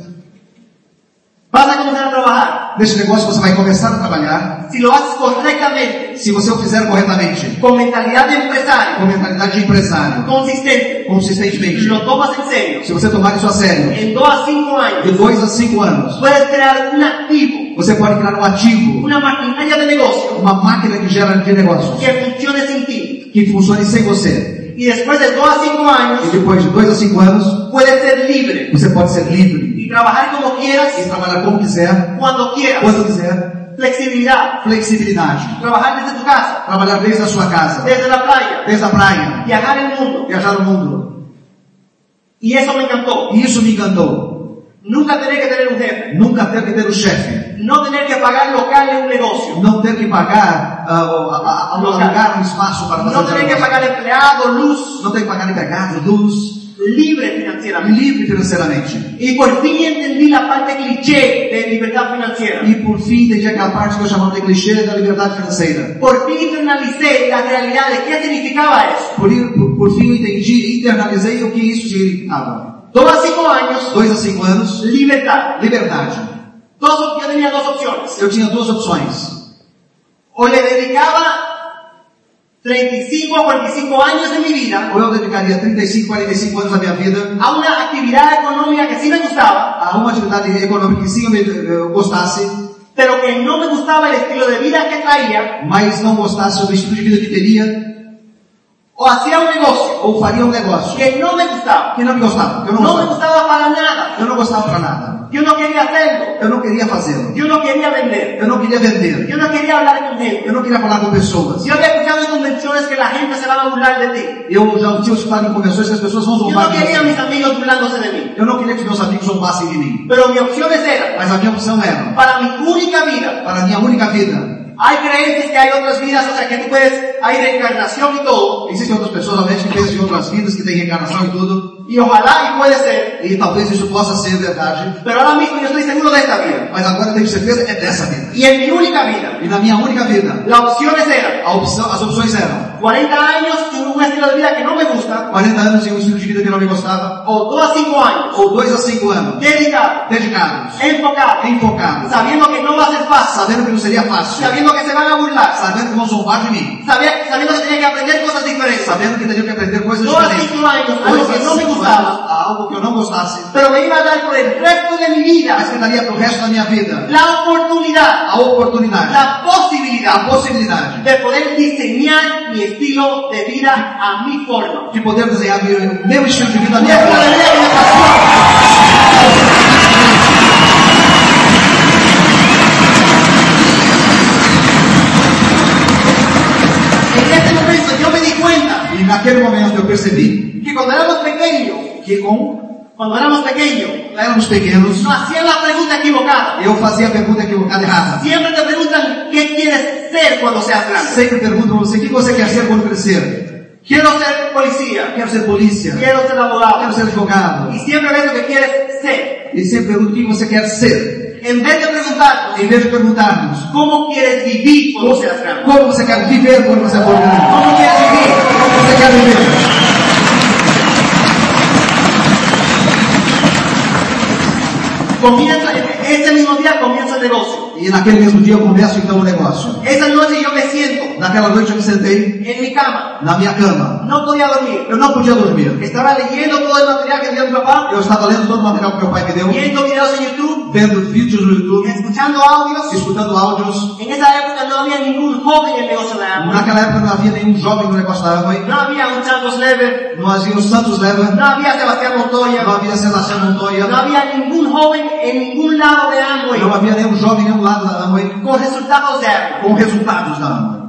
S1: Vas a comenzar a trabajar.
S2: nesse negócio você vai começar a trabalhar.
S1: Si lo haces correctamente,
S2: Se você o fizer corretamente,
S1: con mentalidad de empresario,
S2: com mentalidade de empresário,
S1: consistente,
S2: consistentemente,
S1: lo tomas en serio,
S2: se você tomar isso a sério,
S1: en dos a cinco años
S2: de dois a cinco anos,
S1: puedes crear un activo,
S2: você pode criar um ativo,
S1: una maquinaria de negocio
S2: uma máquina que gera de negócios,
S1: que funcione sin ti.
S2: que funcione sem você.
S1: Y después de dos a cinco
S2: E
S1: años
S2: depois de dois a cinco anos,
S1: puedes ser libre
S2: você pode ser livre
S1: y trabajar como
S2: e
S1: quieras,
S2: trabalhar como quiser,
S1: cuando quieras.
S2: quando quiser,
S1: Flexibilidad,
S2: flexibilidade,
S1: trabajar desde tu casa,
S2: trabalhar desde a sua casa,
S1: desde la playa,
S2: desde a praia,
S1: viajar el mundo.
S2: viajar o mundo.
S1: Y eso me encantó.
S2: E isso me encantou.
S1: Nunca tener que tener un jefe,
S2: Nunca ter que ter o chefe,
S1: no tener que pagar local en un negocio,
S2: não ter que pagar, ah, ah, ah, alugar um espaço para fazer
S1: no tener que
S2: negócio.
S1: pagar empleado, luz,
S2: não tem que pagar empregado, luz,
S1: libre financieramente.
S2: livre financeiramente.
S1: Y por fin entendí la parte cliché de libertad financiera.
S2: E por fim, entendi aquela parte que eu chamava de clichê da liberdade financeira.
S1: Por fin internalicé la realidad de qué significaba eso.
S2: Por, por, por fim, eu entendi, internalizei o que isso significava.
S1: Dos a cinco años,
S2: Dois a cinco anos,
S1: libertad.
S2: liberdade.
S1: Dos, op- yo tenía dos opciones.
S2: Eu tinha duas opções.
S1: O le dedicaba 35 a 45 años de mi vida
S2: Ou eu dedicaria 35, 45 anos da minha vida
S1: a una actividad económica que sí me gustaba,
S2: a uma atividade econômica que sim eu, me- eu gostasse,
S1: pero que no me gustaba el estilo de vida que traía,
S2: mas não gostasse do estilo de vida que teria,
S1: o hacía un negocio
S2: ou faria um negócio
S1: que no me gustaba.
S2: que não me gostava. Eu não
S1: No me
S2: gostava.
S1: gustaba para nada.
S2: Eu não gostava para nada.
S1: Yo no quería hacerlo.
S2: Eu não queria fazê-lo.
S1: Yo no quería vender.
S2: Eu não queria vender.
S1: Yo no quería hablar con gente.
S2: Eu não queria falar com pessoas.
S1: Yo había escuchado en convenciones que la gente se va a burlar de ti.
S2: Eu já tinha escutado em convenções que as pessoas vão
S1: Yo
S2: zombar
S1: no
S2: de
S1: quería a
S2: mim.
S1: mis amigos burlándose de mí.
S2: Eu não queria que meus amigos zombassem de mim.
S1: Pero mis opciones eran,
S2: Mas a minha opção era,
S1: para mi única vida,
S2: para a minha única vida,
S1: hay creencias que hay otras vidas, o sea que tú puedes, hay reencarnación y todo,
S2: existem outras pessoas, obviamente, que pensam em outras vidas, que têm reencarnação e tudo,
S1: y ojalá y puede ser,
S2: e talvez isso possa ser verdade,
S1: pero ahora mismo yo estoy seguro de esta vida.
S2: mas agora eu tenho certeza é dessa vida.
S1: Y en mi única vida,
S2: E na minha única vida,
S1: las opciones eran,
S2: a opção, as opções eram
S1: 40 años de un estilo de vida que no me gusta,
S2: 40 anos em um estilo de vida que não me gostava,
S1: o 2 a 5 años,
S2: ou 2 a 5 anos,
S1: dedicado,
S2: dedicados,
S1: enfocado,
S2: enfocados,
S1: sabiendo que no va a ser fácil,
S2: sabendo que não seria fácil,
S1: sabiendo que se van a burlar,
S2: sabendo que vão zombar de mim,
S1: Sabía, sabiendo que tenía que aprender cosas diferentes.
S2: sabendo que teria que aprender coisas
S1: Dois a
S2: diferentes.
S1: cinco anos,
S2: Dois
S1: algo
S2: a
S1: que não me
S2: cinco
S1: gostava.
S2: anos, Algo que eu não gostasse.
S1: Pero me iba a dar por el resto de mi
S2: Mas
S1: vida
S2: que daria pro resto da minha vida.
S1: la oportunidad,
S2: A oportunidade.
S1: la posibilidad
S2: A possibilidade.
S1: de poder diseñar mi estilo de vida a mi forma.
S2: De poder desenhar meu, meu estilo de vida, a
S1: Y
S2: minha
S1: eso le
S2: vida.
S1: dio una pasión. En este momento yo me di cuenta
S2: E naquele momento eu percebi
S1: que cuando éramos pequeños,
S2: que com
S1: cuando éramos pequeños,
S2: quando éramos pequenos,
S1: nos hacían la pregunta equivocada.
S2: eu fazia a pergunta equivocada errada.
S1: Siempre te preguntan qué quieres ser cuando seas grande.
S2: Sempre pergunto pra você, o que você quer ser quando crescer?
S1: Quiero ser policía.
S2: Quero ser polícia?
S1: Quiero ser
S2: Quero
S1: abogado.
S2: ser advogado?
S1: Y siempre ves lo que quieres ser.
S2: E sempre pergunto o que você quer ser.
S1: En vez de preguntarnos
S2: Em vez de perguntarmos
S1: cómo quieres vivir cuando seas grande.
S2: como você quer viver quando você for grande.
S1: ¿Cómo quieres vivir?
S2: Como você quer viver?
S1: Comienza, ese mismo día comienza el negocio.
S2: E naquele mesmo dia eu começo então o negócio.
S1: Esa noche yo me siento
S2: Naquela noite eu me sentei
S1: en mi cama.
S2: na minha cama.
S1: No podía dormir.
S2: Eu não podia dormir.
S1: Estaba leyendo todo el material que tenía mi papá,
S2: Eu estava lendo todo o material que meu pai me deu,
S1: viendo videos en YouTube,
S2: vendo vídeos no YouTube,
S1: escuchando audios.
S2: escutando áudios.
S1: En esa época no había ningún joven en el negocio de Amway.
S2: Naquela época não havia nenhum jovem no negócio da Amway.
S1: No había un Charles Lever,
S2: Não havia o Santos Leva,
S1: no había Sebastián
S2: não
S1: Montoya,
S2: havia Sebastião Montoya,
S1: no había ningún joven en ningún lado de
S2: não
S1: Amway
S2: havia nenhum jovem em nenhum lado da Amway
S1: con resultados de Amway.
S2: com resultados da Amway.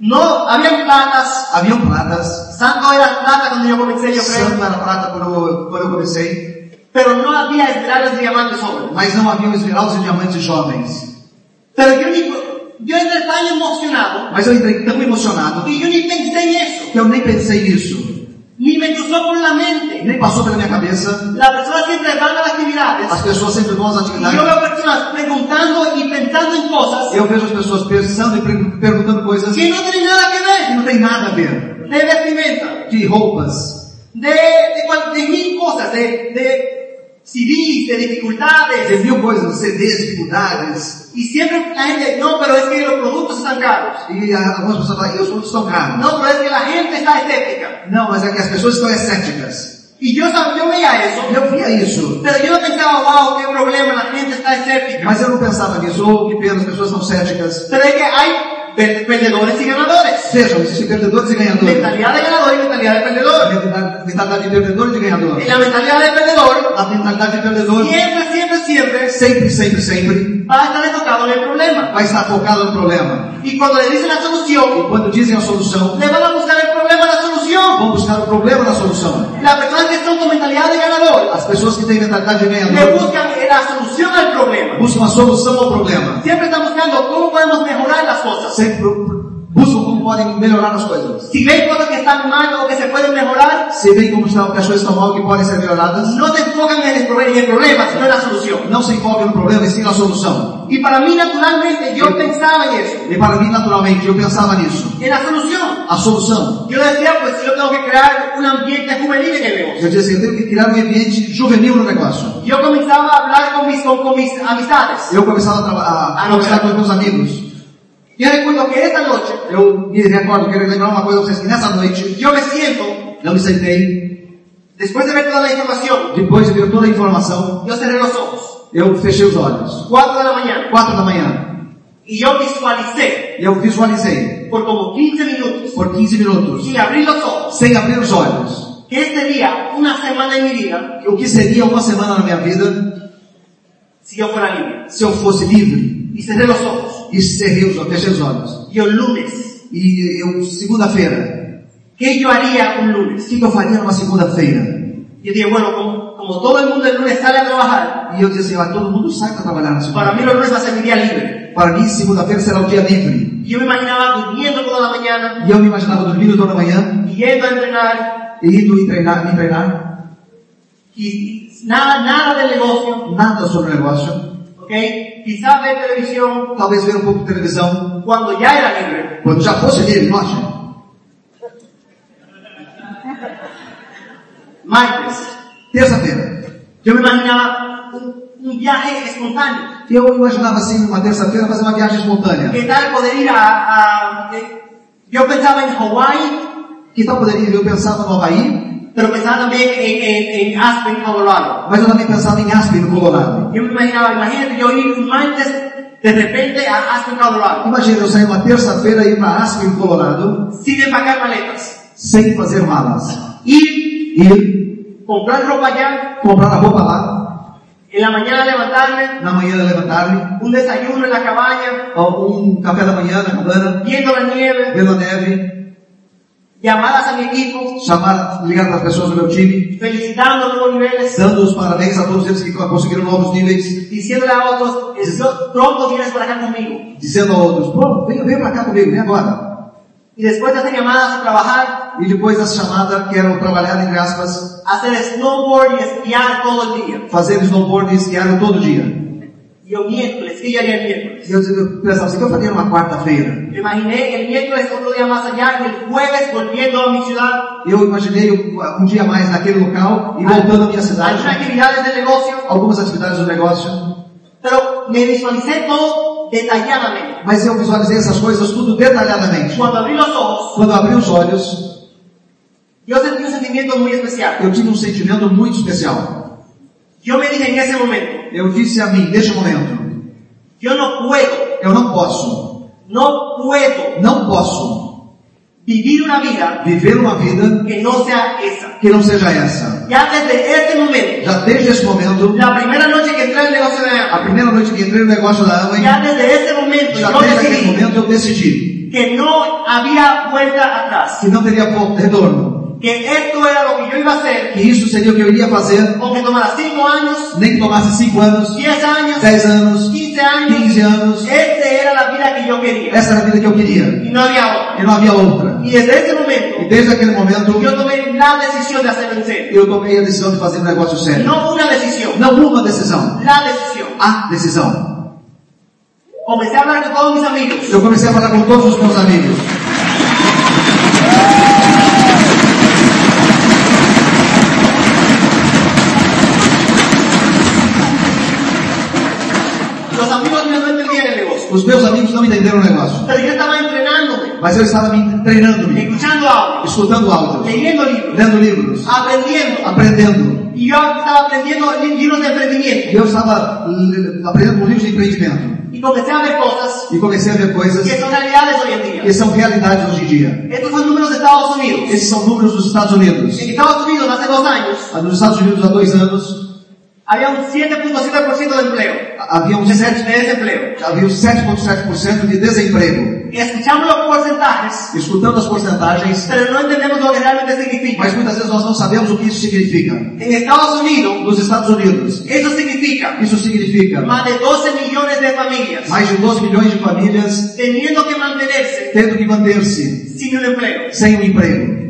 S1: No, habían platas,
S2: Haviam platas,
S1: Santo era plata cuando yo comencé, yo creo,
S2: santo era prata quando eu, quando eu comecei,
S1: pero no había esmeraldas ni diamantes sobre.
S2: mas não haviam esmeraldas e diamantes jovens.
S1: Pero yo ni, yo entré tan emocionado
S2: Mas eu entrei tão emocionado
S1: que yo ni pensé en eso.
S2: que eu nem pensei nisso.
S1: Ni me cruzó por la mente.
S2: nem passou pela minha cabeça.
S1: Las personas siempre van a las actividades.
S2: As pessoas sempre vão
S1: Y
S2: às
S1: yo
S2: atividades.
S1: veo personas preguntando y pensando en cosas
S2: Eu vejo as pessoas pensando e per- perguntando coisas que
S1: que no tienen nada que ver.
S2: não tem nada a ver.
S1: De vestimenta,
S2: De roupas,
S1: de, de, cual- de mil cosas, de, de civis, de
S2: de
S1: dificultades.
S2: mil coisas, CDs, dificuldades.
S1: Y siempre la gente, no, pero es que los productos están caros.
S2: E ah, algumas pessoas falam, e os outros estão caros.
S1: No, pero es que la gente está estética.
S2: Não, mas é que as pessoas estão escépticas.
S1: Y yo, sab- yo veía eso.
S2: E Eu via isso,
S1: Pero yo no pensaba, wow, qué problema, la gente está escéptica.
S2: mas eu não pensava nisso. Ou que pena, as pessoas são céticas.
S1: Pero es que hay per- perdedores y ganadores.
S2: Sejam, existem perdedores e ganhadores.
S1: Mentalidad de ganador y mentalidad de perdedor.
S2: Mentalidade mentalidade de perdedor e de ganhador.
S1: Y la mentalidad de perdedor
S2: A mentalidade de perdedor
S1: siempre, siempre, siempre
S2: sempre, sempre, sempre
S1: va a estar enfocado en el problema.
S2: vai estar focado no problema.
S1: Y cuando le dicen la
S2: E
S1: solución,
S2: quando dizem a solução,
S1: le van a buscar el problema a la solución.
S2: vão buscar o problema na solução.
S1: Las personas que son con mentalidad de ganador
S2: As pessoas que têm mentalidade de
S1: le
S2: ganhador
S1: buscan la solución al problema.
S2: buscam a solução ao problema.
S1: Siempre están buscando cómo podemos mejorar las cosas.
S2: Sempre pro- buscam como podem melhorar as coisas.
S1: Si ven cosas que están mal o que se pueden mejorar,
S2: Se veem como estão, que as coisas estão mal, que podem ser melhoradas,
S1: no se enfocan en el, pro- en el problema, sino en la solución.
S2: não se envolvem no problema e sim na solução.
S1: Y para mí, naturalmente, yo pensaba en eso,
S2: E para mim, naturalmente, eu pensava nisso.
S1: en la solución.
S2: A solução.
S1: Yo decía, pues yo tengo que crear un ambiente juvenil en el negocio.
S2: Eu dizia assim, eu tenho que criar um ambiente juvenil no negócio.
S1: Yo comenzaba a hablar con mis, con, con mis amistades.
S2: Eu começava a, traba- a, a conversar com os meus amigos.
S1: Yo recuerdo que esa noche
S2: Eu me recordo, quero lembrar uma coisa pra vocês, que nessa noite
S1: yo me siento,
S2: eu me sentei,
S1: después de ver toda la información,
S2: depois de ver toda a informação,
S1: yo cerré los ojos,
S2: eu fechei os olhos.
S1: 4 de la mañana,
S2: Quatro da manhã,
S1: y yo visualicé
S2: eu visualizei,
S1: por como 15 minutos,
S2: por 15 minutos,
S1: sin abrir los ojos,
S2: sem abrir os olhos,
S1: que este día, una semana en mi vida,
S2: o que seria uma semana na minha vida
S1: si yo fuera libre.
S2: se eu fosse livre.
S1: Y cerré los ojos,
S2: E cerrei os olhos, fechei os olhos.
S1: y el lunes,
S2: E eu, segunda-feira,
S1: ¿Qué yo haría un
S2: o
S1: lunes?
S2: que, que eu faria numa segunda-feira?
S1: Yo dije, bueno, como, como todo el mundo el lunes sale a trabajar,
S2: E eu dizia assim, ah, todo mundo sai para trabalhar na
S1: para mí
S2: segunda-feira.
S1: los lunes va a ser mi día libre.
S2: Para mim, segunda-feira será o dia livre.
S1: Y yo me imaginaba durmiendo toda la mañana,
S2: E eu me imaginava dormindo toda manhã,
S1: yendo a entrenar,
S2: e indo me treinar, me treinar,
S1: y y nada, nada del negocio,
S2: nada sobre o negócio,
S1: ¿ok? Quizás ver televisión
S2: talvez ver um pouco de televisão,
S1: cuando ya era libre.
S2: quando já fosse livre, não acha?
S1: Martes.
S2: Terça-feira.
S1: Yo me imaginaba un, un viaje espontáneo.
S2: Eu imaginava assim, uma terça-feira, fazer uma viagem espontânea.
S1: ¿Qué tal poder ir a... a- eh, yo pensaba en Hawái,
S2: Que tal poderia, eu pensava no Havaí,
S1: pero pensaba también en, en, en Aspen, Colorado.
S2: mas eu também pensava em Aspen, no Colorado.
S1: Yo me imaginaba, imagínate yo ir un martes de repente a Aspen, Colorado,
S2: Imagina eu sair uma terça-feira e ir para Aspen, no Colorado,
S1: sin empacar maletas.
S2: sem fazer malas.
S1: Ir,
S2: Ir,
S1: comprar ropa allá,
S2: comprar a roupa lá,
S1: en la mañana levantarme,
S2: na manhã levantar-me,
S1: un desayuno en la cabaña,
S2: um café da manhã na cabana,
S1: viendo la nieve,
S2: vendo a neve,
S1: llamadas a mi equipo,
S2: chamar, ligar para as pessoas do meu time,
S1: felicitando nuevos niveles,
S2: dando os parabéns a todos eles que conseguiron novos níveis,
S1: diciéndole a otros, "Eh, yo- pronto vienes para acá conmigo.
S2: dizendo a outros, pô, vem, vem para cá comigo, vem agora.
S1: Y después de hacer llamadas a trabajar,
S2: E depois dessa chamada, quero trabalhar, entre aspas,
S1: hacer snowboard y esquiar todo el día.
S2: fazer snowboard e esquiar todo dia.
S1: Y yo miércoles, ¿qué yo haría el miércoles?
S2: E eu digo, pensava assim, o que eu faria numa quarta-feira?
S1: Me imaginé el miércoles otro día más allá y el jueves volviendo a mi ciudad
S2: Eu imaginei um um dia mais naquele local e voltando à minha cidade,
S1: algunas actividades de negocio,
S2: algumas atividades do negócio,
S1: pero me visualicé todo detalladamente.
S2: mas eu visualizei essas coisas tudo detalhadamente.
S1: Cuando abrí los ojos,
S2: Quando eu abri os olhos,
S1: yo sentí un sentimiento muy especial.
S2: eu tive um sentimento muito especial.
S1: Yo me dije en ese momento,
S2: Eu disse a mim, neste momento,
S1: yo no puedo,
S2: Eu não posso,
S1: no puedo
S2: não posso
S1: vivir una vida
S2: viver uma vida
S1: que no sea esa.
S2: que não seja essa.
S1: Ya desde ese momento,
S2: Já desde esse momento,
S1: la primera noche que entré al negocio de
S2: a
S1: Amway,
S2: primeira noite que entrei no negócio da Amway,
S1: ya desde ese momento
S2: já
S1: yo
S2: desde aquele
S1: decidí
S2: momento eu decidi
S1: que no había vuelta atrás,
S2: que não teria po- retorno,
S1: que esto era lo que yo iba a hacer,
S2: que isso seria o que eu iria fazer,
S1: aunque tomara 5 años,
S2: nem que tomasse 5 anos,
S1: 10 anos,
S2: 10 anos,
S1: 15 15 años,
S2: 15 anos.
S1: esta era la vida que yo quería.
S2: Essa era a vida que eu queria.
S1: Y no había otra.
S2: E não havia outra.
S1: Y desde ese
S2: E
S1: momento,
S2: desde aquele momento,
S1: yo tomé la decisión de hacerlo en serio.
S2: eu tomei a decisão de fazer um negócio sério.
S1: No una decisión,
S2: Não uma decisão,
S1: la decisión.
S2: a decisão.
S1: Comencé a hablar con todos mis amigos.
S2: Eu comecei a falar com todos os meus amigos.
S1: Los amigos míos no entendían el negocio.
S2: Os meus amigos não entenderam o negócio.
S1: Pero yo estaba entrenándome,
S2: Mas eu estava me treinando,
S1: escuchando audio,
S2: escutando áudios,
S1: leyendo libros,
S2: lendo livros,
S1: aprendiendo.
S2: aprendendo.
S1: Y yo estaba aprendiendo li- libros de emprendimiento.
S2: E eu estava l- aprendendo com livros de empreendimento.
S1: Y comencé a ver cosas
S2: E comecei a ver coisas
S1: que son realidades hoy en día.
S2: que são realidades hoje em dia.
S1: Estos son números de Estados Unidos.
S2: Esses são números dos Estados Unidos. Ah,
S1: En Estados Unidos hace dos años
S2: Nos Estados Unidos, há dois anos,
S1: había un 7.7% de empleo,
S2: havia um
S1: de
S2: 7
S1: desempleo.
S2: havia um 7,7% de desemprego.
S1: Escuchamos los porcentajes,
S2: Escutando as porcentagens,
S1: pero no entendemos lo que realmente significa.
S2: mas muitas vezes nós não sabemos o que isso significa.
S1: En Estados Unidos,
S2: Nos Estados Unidos,
S1: eso significa
S2: isso significa
S1: más de 12 millones de familias
S2: mais de 12 milhões de famílias
S1: teniendo que mantenerse
S2: tendo que manter-se
S1: sin un empleo.
S2: sem um emprego.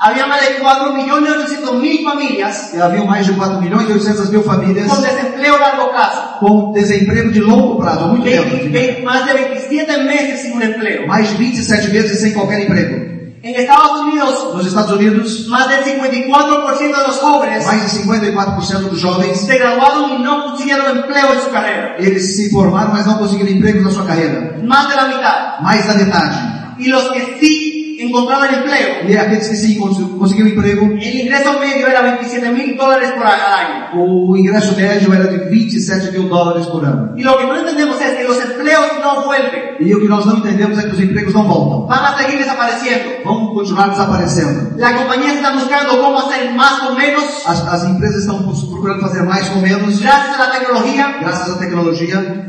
S1: Había más de 4 millones 800 mil familias
S2: E havia mais de 4 milhões e 800 mil famílias
S1: con desempleo a largo plazo.
S2: com desemprego de longo prazo, há muito
S1: Ve-
S2: tempo.
S1: ve- más de 27 meses sin un empleo.
S2: Mais de 27 meses sem qualquer emprego.
S1: En Estados Unidos,
S2: Nos Estados Unidos,
S1: más del 54% de los jóvenes
S2: mais de 54% dos jovens
S1: se graduaron y no consiguieron empleo en su carrera.
S2: Eles se formaram, mas não conseguiram emprego na sua carreira.
S1: Más de la mitad.
S2: Mais da metade.
S1: Y los que sí encontraban empleo,
S2: E é aqueles que sim cons- conseguiram emprego,
S1: el ingreso medio era 27 mil dólares por al año.
S2: o ingresso médio era de 27 mil dólares por ano.
S1: Y lo que no entendemos es que los empleos no vuelven,
S2: E o que nós não entendemos é que os empregos não voltam.
S1: van a seguir desapareciendo.
S2: Vão continuar desaparecendo.
S1: La compañía está buscando cómo hacer más con menos
S2: As, as empresas estão bus- procurando fazer mais com menos,
S1: gracias a la tecnología.
S2: graças à tecnologia.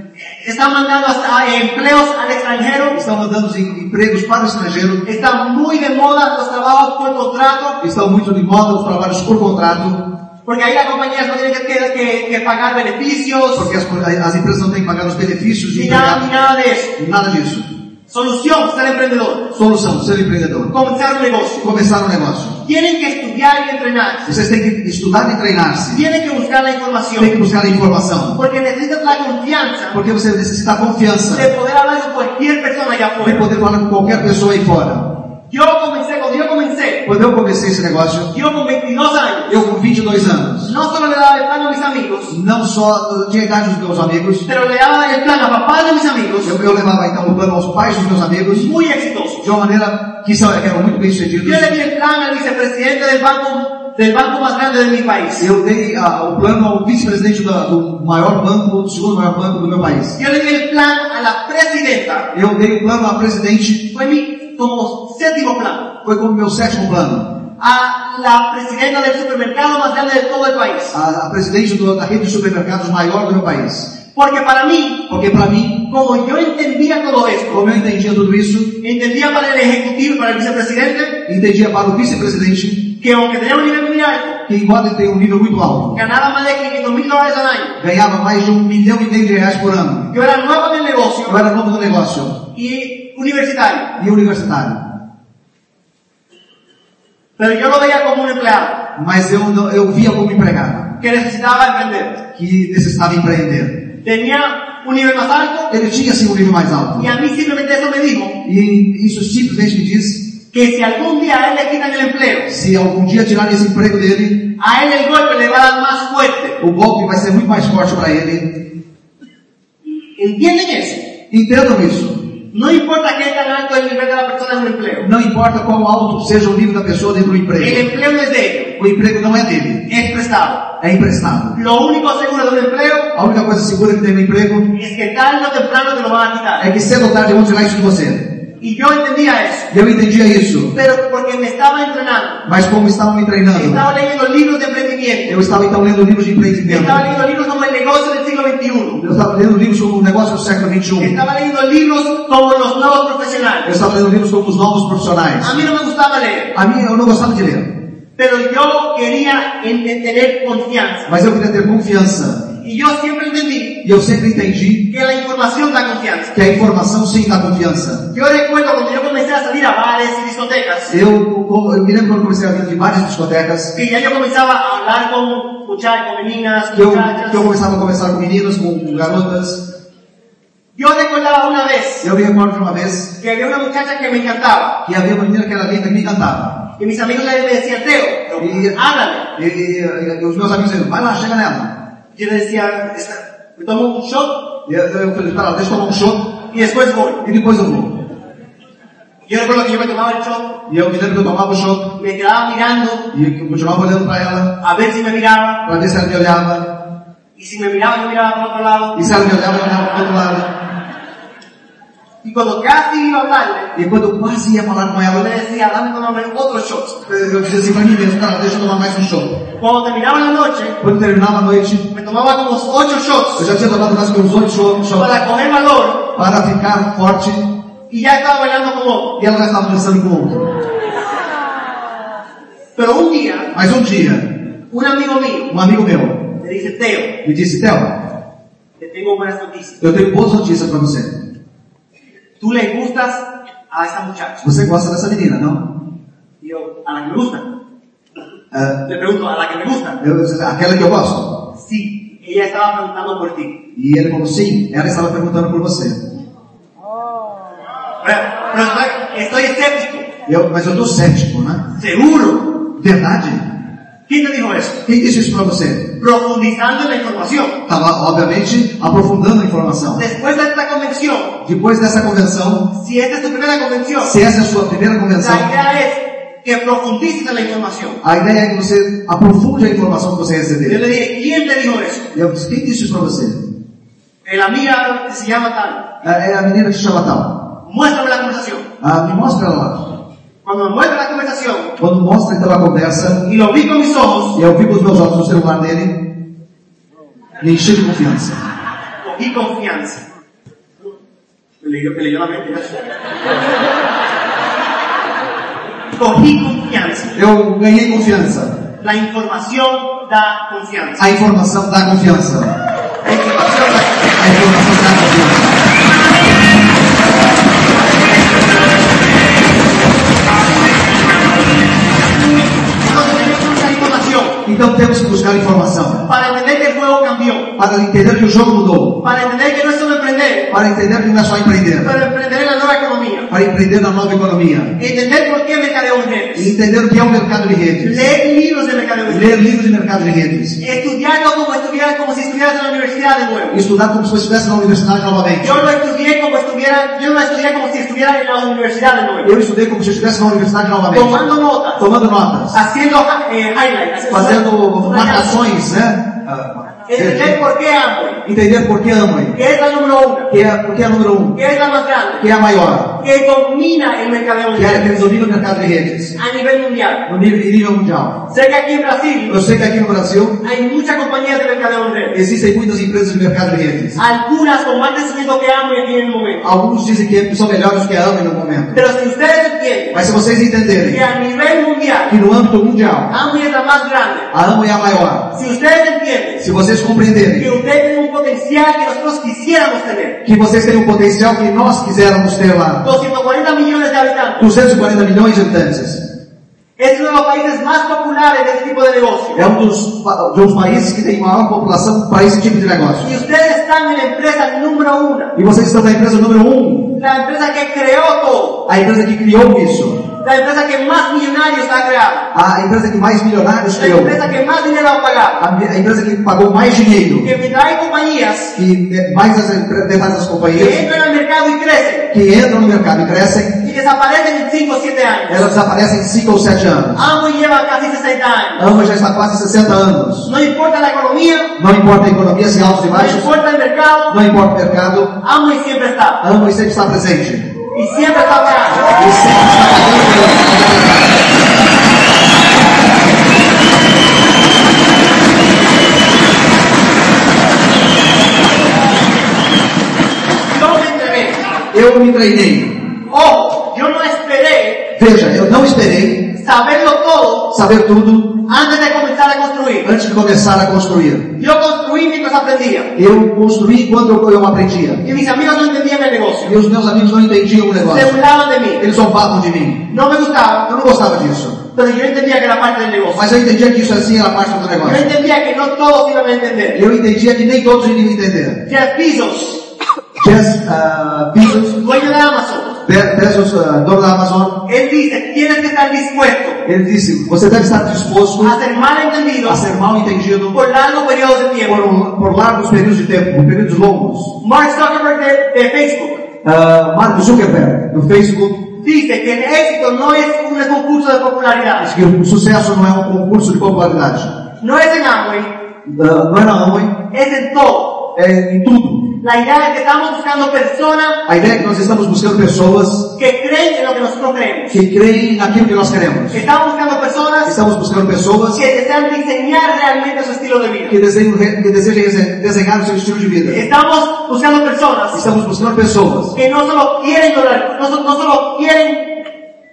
S1: Están mandando hasta eh, empleos al extranjero.
S2: Estão mandando os em- empregos para o estrangeiro.
S1: Están muy de moda los trabajos por contrato,
S2: Estão muito de moda os trabalhos por contrato,
S1: porque ahí las compañías no tienen que, que- que- que pagar beneficios
S2: porque as, co- as empresas não têm que pagar os benefícios de
S1: ni nada, ni
S2: empregado.
S1: nada de eso.
S2: Nada disso.
S1: Solución, ser emprendedor,
S2: Solução, ser empreendedor.
S1: comenzar un negocio.
S2: Começar um negócio.
S1: Tienen que estudiar y entrenarse.
S2: Vocês têm que estudar e treinar-se.
S1: Tienen que buscar la
S2: Tem que
S1: información,
S2: buscar a informação.
S1: porque necesitas la confianza
S2: Porque você necessita
S1: de
S2: confiança
S1: poder hablar con cualquier persona allá
S2: para
S1: afuera.
S2: poder falar com qualquer pessoa aí fora.
S1: Yo comencé, cuando yo comencé,
S2: Quando eu comecei esse negócio,
S1: yo con 22 años,
S2: eu com 22 anos,
S1: no solo le daba el plan a mis amigos,
S2: não só eh, tinha idade dos meus amigos,
S1: pero le daba el plan a papá de mis amigos,
S2: eu, eu levava então o plano aos pais dos meus amigos,
S1: muy exitoso.
S2: de uma maneira que, são, que eram muito bem
S1: Yo le
S2: sucedidos.
S1: di el plan al vicepresidente del banco, del banco más grande de mi país.
S2: Eu dei ah, o plano ao vice-presidente da- do maior banco, do segundo maior banco do meu país.
S1: Yo le di el plan a la presidenta.
S2: Eu dei o plano à presidente,
S1: Fue mi como séptimo plan.
S2: foi como meu sétimo plano,
S1: A la presidenta del supermercado más grande de todo el país.
S2: a, a presidente do- da rede de supermercados maior do meu país.
S1: Porque para mí,
S2: Porque para mim,
S1: como yo entendía todo esto,
S2: como eu entendia tudo isso,
S1: entendía para el ejecutivo, para el vicepresidente,
S2: entendia para o vice-presidente
S1: que aunque tenía un nivel muy alto,
S2: que, embora ele tenha um nível muito alto,
S1: ganaba más de 500 mil dólares al año.
S2: ganhava mais de um milhão e meio de reais por ano.
S1: Yo era nuevo en el
S2: Eu
S1: negocio
S2: era novo no negócio
S1: y universitario.
S2: e universitário,
S1: Pero yo lo veía como un empleado
S2: mas eu, não- eu via como empregado,
S1: que necesitaba emprender.
S2: que necessitava empreender.
S1: Tenía un nivel más alto
S2: Ele tinha sim um nível mais alto.
S1: y a mí simplemente eso me dijo
S2: E isso simplesmente me diz,
S1: que si algún día a él le quitan el empleo,
S2: se algum dia tirarem esse emprego dele,
S1: a él el golpe le va a dar más fuerte.
S2: o golpe vai ser muito mais forte para ele.
S1: ¿Entienden eso?
S2: Entendam isso.
S1: No importa qué tan alto el nivel de la persona en un empleo.
S2: Não importa quão alto seja o nível da pessoa dentro do
S1: El
S2: emprego.
S1: empleo no es de ellos,
S2: O emprego não é dele,
S1: es prestado.
S2: é emprestado.
S1: Lo único seguro de un empleo
S2: A única coisa segura que tem no emprego
S1: es que tarde o temprano te lo van a quitar.
S2: é que cedo ou tarde vão tirar isso de você.
S1: Y yo entendía eso,
S2: E eu entendia isso,
S1: pero porque me estaba entrenando,
S2: mas como estavam me treinando,
S1: estaba leyendo libros de emprendimiento,
S2: eu estava então lendo livros de empreendimento.
S1: estaba leyendo libros como el negocio del siglo XXI,
S2: Eu estava lendo livros como o negócio do século XXI.
S1: estaba leyendo libros como los nuevos profesionales.
S2: Eu estava lendo livros como os novos profissionais.
S1: A mí no me gustaba leer,
S2: A mim, eu não gostava de ler,
S1: pero yo queria ente- tener confianza.
S2: mas eu queria ter confiança.
S1: Y yo siempre entendí
S2: E E eu sempre entendi
S1: que la información da confianza.
S2: que a informação sim dá confianza.
S1: Yo recuerdo cuando yo comencé a salir a bares y discotecas,
S2: Eu, como- eu me lembro quando comecei a vir de várias discotecas,
S1: que ya yo comenzaba a hablar con muchachos, con meninas,
S2: que eu,
S1: muchachas.
S2: que eu começava a conversar com meninos, com garotas.
S1: Yo recordaba una vez
S2: Eu me recordo de uma vez
S1: que había una muchacha que me encantaba
S2: que havia uma menina que era linda que me encantava.
S1: y mis amigos le- me decían, Teo,
S2: Y-
S1: háblale.
S2: E, e, e os meus amigos diziam, vai lá, chega nela.
S1: Yo le decía, "Está- me tomo un shot
S2: E eu, eu falei, tá, deixa eu tomar um shot
S1: y después voy.
S2: e depois eu vou.
S1: Yo recuerdo que yo me tomaba el shot,
S2: E eu me lembro que eu tomava o shot
S1: me quedaba mirando
S2: e eu continuava olhando para ela,
S1: a ver si me miraba
S2: para ver se ela me olhava.
S1: y si me miraba yo miraba para otro lado.
S2: E se ela me olhava, eu olhava para outro lado.
S1: Y cuando casi iba a hablarle,
S2: E quando eu quase ia falar com
S1: yo
S2: ela,
S1: le decía, dame tomarme otro shot.
S2: eu dizia assim para mim mesmo, cara, deixa eu tomar mais um shot.
S1: Cuando terminaba la noche,
S2: Quando terminava a noite,
S1: me tomaba como 8
S2: eu
S1: shots
S2: já tinha tomado mais que uns oito shot- shots
S1: para coger valor
S2: para ficar forte
S1: y ya estaba bailando como otro.
S2: e ela já estava dançando com outro.
S1: Pero un día,
S2: Mas um dia,
S1: un amigo mío
S2: um amigo meu
S1: me dice, Teo,
S2: me disse, Théo,
S1: te tengo buenas noticias.
S2: eu tenho boas notícias para você.
S1: Tú le gustas a esa muchacha.
S2: Você gosta dessa menina, não?
S1: Y yo, ¿a la que me gusta?
S2: Ah,
S1: Le pregunto, ¿a la que me gusta?
S2: eu, aquela que eu gosto.
S1: Sí, ella estaba preguntando por ti.
S2: E ele falou, sim, ela estava perguntando por você.
S1: Pero, pero estoy, estoy escéptico.
S2: Eu, mas eu tô cético, né?
S1: Seguro.
S2: Verdade?
S1: ¿Quién te dijo eso?
S2: Quem disse isso para você?
S1: Profundizando en la información.
S2: Estava, obviamente, aprofundando a informação.
S1: Después de esta convención,
S2: Depois dessa convenção,
S1: si esta es tu primera convención,
S2: se essa é a sua primeira convenção,
S1: la idea es que profundices en la información.
S2: a ideia é que você aprofunde a informação que você
S1: Yo
S2: recebeu.
S1: le dije, ¿quién te dijo eso?
S2: Eu disse, quem disse isso para você?
S1: La amiga que se llama tal.
S2: Ah, É a menina que se chama tal.
S1: Muéstrame la conversação.
S2: Ah, me mostra ela.
S1: Cuando me muestra la conversación
S2: Quando mostra então a conversa,
S1: y lo vi con mis ojos,
S2: eu vi com os meus olhos no celular dele, me enchi de confiança.
S1: cogí confianza. Me leyó, me leyó la mente. ¿verdad? Cogí confianza.
S2: Eu ganhei confiança.
S1: La información da confianza.
S2: A informação dá confiança.
S1: La información da confianza.
S2: A informação dá confiança.
S1: Entonces tenemos que buscar información
S2: Então temos que buscar informação.
S1: para entender que el juego cambió.
S2: Para entender que o jogo mudou.
S1: Para entender que no es solo emprender,
S2: Para entender que não é só empreender.
S1: pero emprender en la nueva economía.
S2: Para empreender na nova economia.
S1: Entender por qué mercadeo en
S2: E
S1: redes.
S2: entender o que é o mercado de redes.
S1: Leer libros de mercadeo en redes.
S2: Ler livros de mercado de redes.
S1: Estudiarlo como estudiar, como si estuvieras en la universidad de nuevo.
S2: Estudar como se você estivesse na universidade novamente.
S1: Yo lo estudié como estuviera, yo lo estudié como si estuviera en la universidad de nuevo.
S2: Eu estudei como se eu estivesse na universidade novamente.
S1: Tomando notas,
S2: Tomando notas.
S1: haciendo eh, highlights,
S2: Fazendo marcações, né? Ah,
S1: Entender por qué Apple,
S2: Entender por que Amway.
S1: que es la número uno,
S2: Que é, porque é a número um.
S1: que es la más grande,
S2: Que é a maior.
S1: que domina el mercadeo
S2: Que é a que
S1: mundial
S2: domina o mercado de redes.
S1: a nivel mundial.
S2: No nível, em nível mundial.
S1: Sé que aquí en Brasil
S2: Eu sei que aqui no Brasil
S1: hay muchas compañías de mercadeo en red,
S2: existem muitas empresas de mercado de redes.
S1: algunas con más crecimiento que Apple en el momento.
S2: Alguns dizem que são melhores que a AME no momento.
S1: Pero si ustedes entienden
S2: Mas se vocês
S1: que
S2: entenderem
S1: a nivel mundial
S2: que no âmbito mundial
S1: Apple es la más grande,
S2: a AME é a maior,
S1: si ustedes entienden
S2: se vocês
S1: que
S2: compreenderem
S1: ustedes tienen un potencial que nosotros quisiéramos tener.
S2: que vocês têm o potencial que nós quisermos ter lá,
S1: 240 millones de habitantes.
S2: 240 milhões de habitantes,
S1: Es uno de los países más populares de este tipo de negocio.
S2: é um dos, pa- de um dos países que tem maior população para esse tipo de negócio.
S1: Y ustedes están en la empresa número uno.
S2: E vocês estão na empresa número um,
S1: La empresa que creó todo.
S2: a empresa que criou isso,
S1: La empresa que más millonarios ha creado.
S2: a empresa que mais milionários
S1: La
S2: criou,
S1: empresa que más dinero ha pagado.
S2: a, mi- a empresa que pagou mais dinheiro.
S1: Que mientras hay compañías
S2: que eh, mais as empre- demais as
S1: que
S2: companhias
S1: entran al mercado y crecen.
S2: que entram no mercado e crescem,
S1: Y desaparecen en 5 o 7 años.
S2: elas desaparecem em 5 ou 7 anos.
S1: Amo lleva casi 60 años.
S2: Ambas já está quase 60 anos.
S1: No importa la economía.
S2: Não importa a economia, se altos e
S1: No
S2: baixos,
S1: importa el mercado.
S2: não importa o mercado,
S1: Amo y siempre está.
S2: a Amway sempre está presente. E
S1: Y siempre está pagando.
S2: sempre está pagando pelo mercado.
S1: Yo me entrené.
S2: Eu me treinei.
S1: Ojo, yo no esperé
S2: Veja, eu não esperei
S1: saberlo todo
S2: Saber tudo
S1: antes de comenzar a construir.
S2: antes de começar a construir.
S1: Yo construí mientras aprendía.
S2: Eu construí enquanto eu- eu aprendia.
S1: Y mis amigos no entendían el negocio.
S2: E os meus amigos não entendiam o
S1: Se
S2: negócio.
S1: burlaban de mí.
S2: Eles zombavam de mim.
S1: No me gustaba,
S2: Eu não gostava disso.
S1: pero yo entendía que era parte del negocio.
S2: Mas eu entendia que isso assim era parte do
S1: Yo
S2: negócio.
S1: entendía que no todos iban a entender.
S2: Eu entendia que nem todos iriam entender.
S1: Jeff Bezos,
S2: Jeff ah, Bezos,
S1: dueño de Amazon,
S2: Be- Bezos, ah, dono da Amazon,
S1: él dice, tienes que estar dispuesto
S2: ele disse, você deve estar disposto
S1: a ser malentendido
S2: a ser mal entendido
S1: por largos periodos de
S2: por,
S1: tiempo.
S2: um- por largos períodos de tempo, por períodos longos.
S1: Mark Zuckerberg de, de Facebook
S2: Ah, Mark Zuckerberg, do Facebook,
S1: dice que el éxito no es un concurso de popularidad.
S2: diz que o sucesso não é um concurso de popularidade.
S1: No es en Amway,
S2: Ah, não é na Amway,
S1: es en todo.
S2: é em tudo.
S1: La idea es que estamos buscando personas
S2: A ideia é que nós estamos buscando pessoas
S1: que creen en lo que nosotros creemos.
S2: que creem naquilo que nós queremos.
S1: Estamos buscando personas
S2: Estamos buscando pessoas
S1: que desean diseñar realmente su estilo de vida.
S2: que desejam, re- que desejam dese- desenhar o seu estilo de vida.
S1: Estamos buscando personas
S2: Estamos buscando pessoas
S1: que no solo quieren lograr, no, so- no solo quieren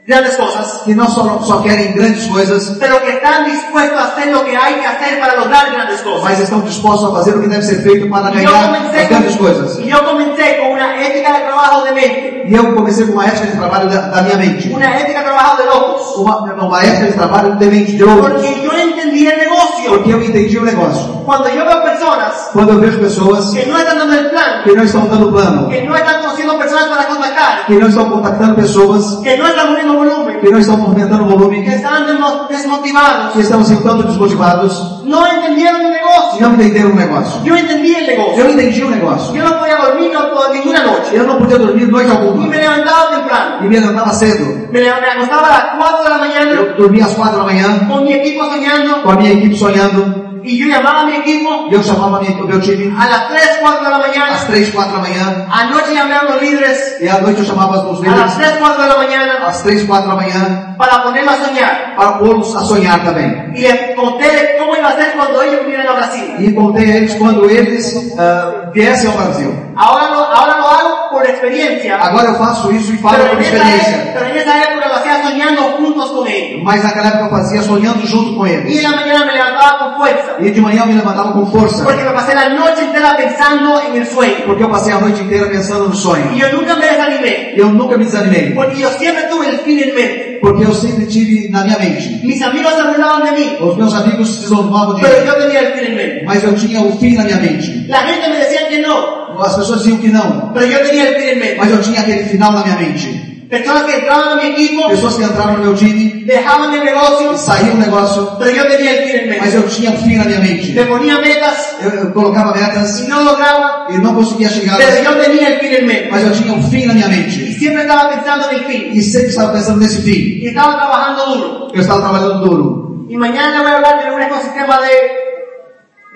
S1: grandes cosas,
S2: que não só, só querem grandes coisas,
S1: pero que están dispuestos a hacer lo que hay que hacer para lograr grandes cosas.
S2: mas estão dispostos a fazer o que deve ser feito para
S1: Y yo
S2: ganhar as
S1: comencé
S2: grandes
S1: con,
S2: coisas.
S1: y yo comencé con una ética de trabajo de mente,
S2: E eu comecei com uma ética de trabalho da, da minha mente.
S1: una ética de trabajo de locos,
S2: Uma, não, uma ética de trabalho de mente de ouro.
S1: porque yo entendí el negocio.
S2: Porque eu entendi o negócio.
S1: Cuando yo veo personas
S2: Quando eu vejo pessoas
S1: que no están dando el plan,
S2: que não estão dando plano,
S1: que no están conociendo personas para contactar,
S2: que não estão contactando pessoas,
S1: que no están poniendo volumen,
S2: que não estão aumentando o volume,
S1: que están desmo- desmotivados,
S2: que estão sendo tanto desmotivados,
S1: no entendieron el negocio.
S2: que não entenderam o um negócio.
S1: Yo entendí el negocio.
S2: Eu entendi o negócio.
S1: Yo no podía dormir no, por ninguna noche.
S2: Eu não podia dormir noite
S1: Y me
S2: alguma.
S1: levantaba temprano.
S2: E me levantava cedo.
S1: Me, le- me acostaba a las 4 de la mañana
S2: Eu dormia às quatro da manhã,
S1: con mi equipo soñando
S2: com a minha equipe sonhando.
S1: y yo llamaba a mi equipo
S2: E eu chamava a minha, o meu time
S1: a las 3, 4 de la
S2: às
S1: mañana.
S2: três, quatro da manhã.
S1: Anoche llamé a los líderes
S2: E à noite eu chamava os
S1: a las
S2: líderes
S1: 3, 4 de la mañana
S2: às três, quatro da manhã
S1: para ponerme a soñar.
S2: para pô-los a sonhar também.
S1: Y les conté de cómo iba a ser cuando ellos vinieran a Brasil.
S2: E contei a eles quando eles ah, viessem ao Brasil.
S1: Ahora lo, ahora lo hago por experiencia.
S2: Agora eu faço isso e falo
S1: Pero
S2: por
S1: en esa
S2: experiência.
S1: era, pero en esa época lo hacía soñando juntos con ellos.
S2: Mas naquela época eu fazia sonhando junto com
S1: Y
S2: eles.
S1: en la mañana me levantaba con fuerza.
S2: E de manhã eu me levantava com força.
S1: Porque me pasé la noche entera pensando en el sueño.
S2: Porque eu passei a noite inteira pensando no
S1: Y
S2: sonho.
S1: yo nunca me desanimé.
S2: Eu nunca me desanimei.
S1: Porque yo siempre tuve el fin en mente.
S2: Porque eu sempre tive na minha mente.
S1: Mis amigos se burlaban de mí,
S2: Os meus amigos se zombavam de
S1: pero
S2: mim.
S1: yo tenía el fin en mente.
S2: Mas eu tinha o fim na minha mente.
S1: La gente me decía que no,
S2: As pessoas diziam que não.
S1: pero yo tenía el fin en mente.
S2: Mas eu tinha aquele final na minha mente.
S1: Personas que entraban a mi equipo,
S2: Pessoas que entraram no meu time,
S1: dejaban el negocio,
S2: saíam do negócio,
S1: pero yo tenía el fin en
S2: mas
S1: mente.
S2: eu tinha o fim na minha mente.
S1: Me ponía metas
S2: Eu, eu colocava metas
S1: y no lograba,
S2: e não conseguia chegar.
S1: pero yo tenía el fin en mente.
S2: Mas eu tinha o fim na minha
S1: Y
S2: mente.
S1: siempre estaba pensando en el fin.
S2: E sempre estava pensando nesse fim.
S1: Y estaba trabajando duro.
S2: Eu estava trabalhando duro.
S1: Y mañana le voy a hablar de un ecosistema de,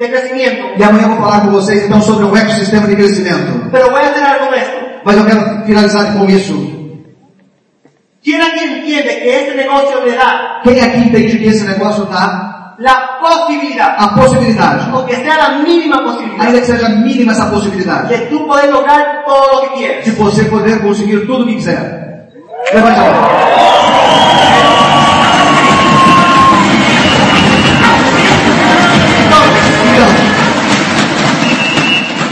S1: de crecimiento.
S2: E amanhã eu vou falar com vocês então sobre o ecossistema de crescimento.
S1: Pero voy a cerrar con esto.
S2: Mas eu quero finalizar com isso.
S1: ¿Quién aquí entiende que este negocio le da
S2: Quem aqui entende que esse negócio dá
S1: la posibilidad
S2: a possibilidade,
S1: aunque sea la mínima posibilidad,
S2: ainda que seja mínima essa possibilidade,
S1: de tú poder lograr todo lo que quieres.
S2: de você poder conseguir tudo o que quiser? Levante a mão.
S1: Entonces,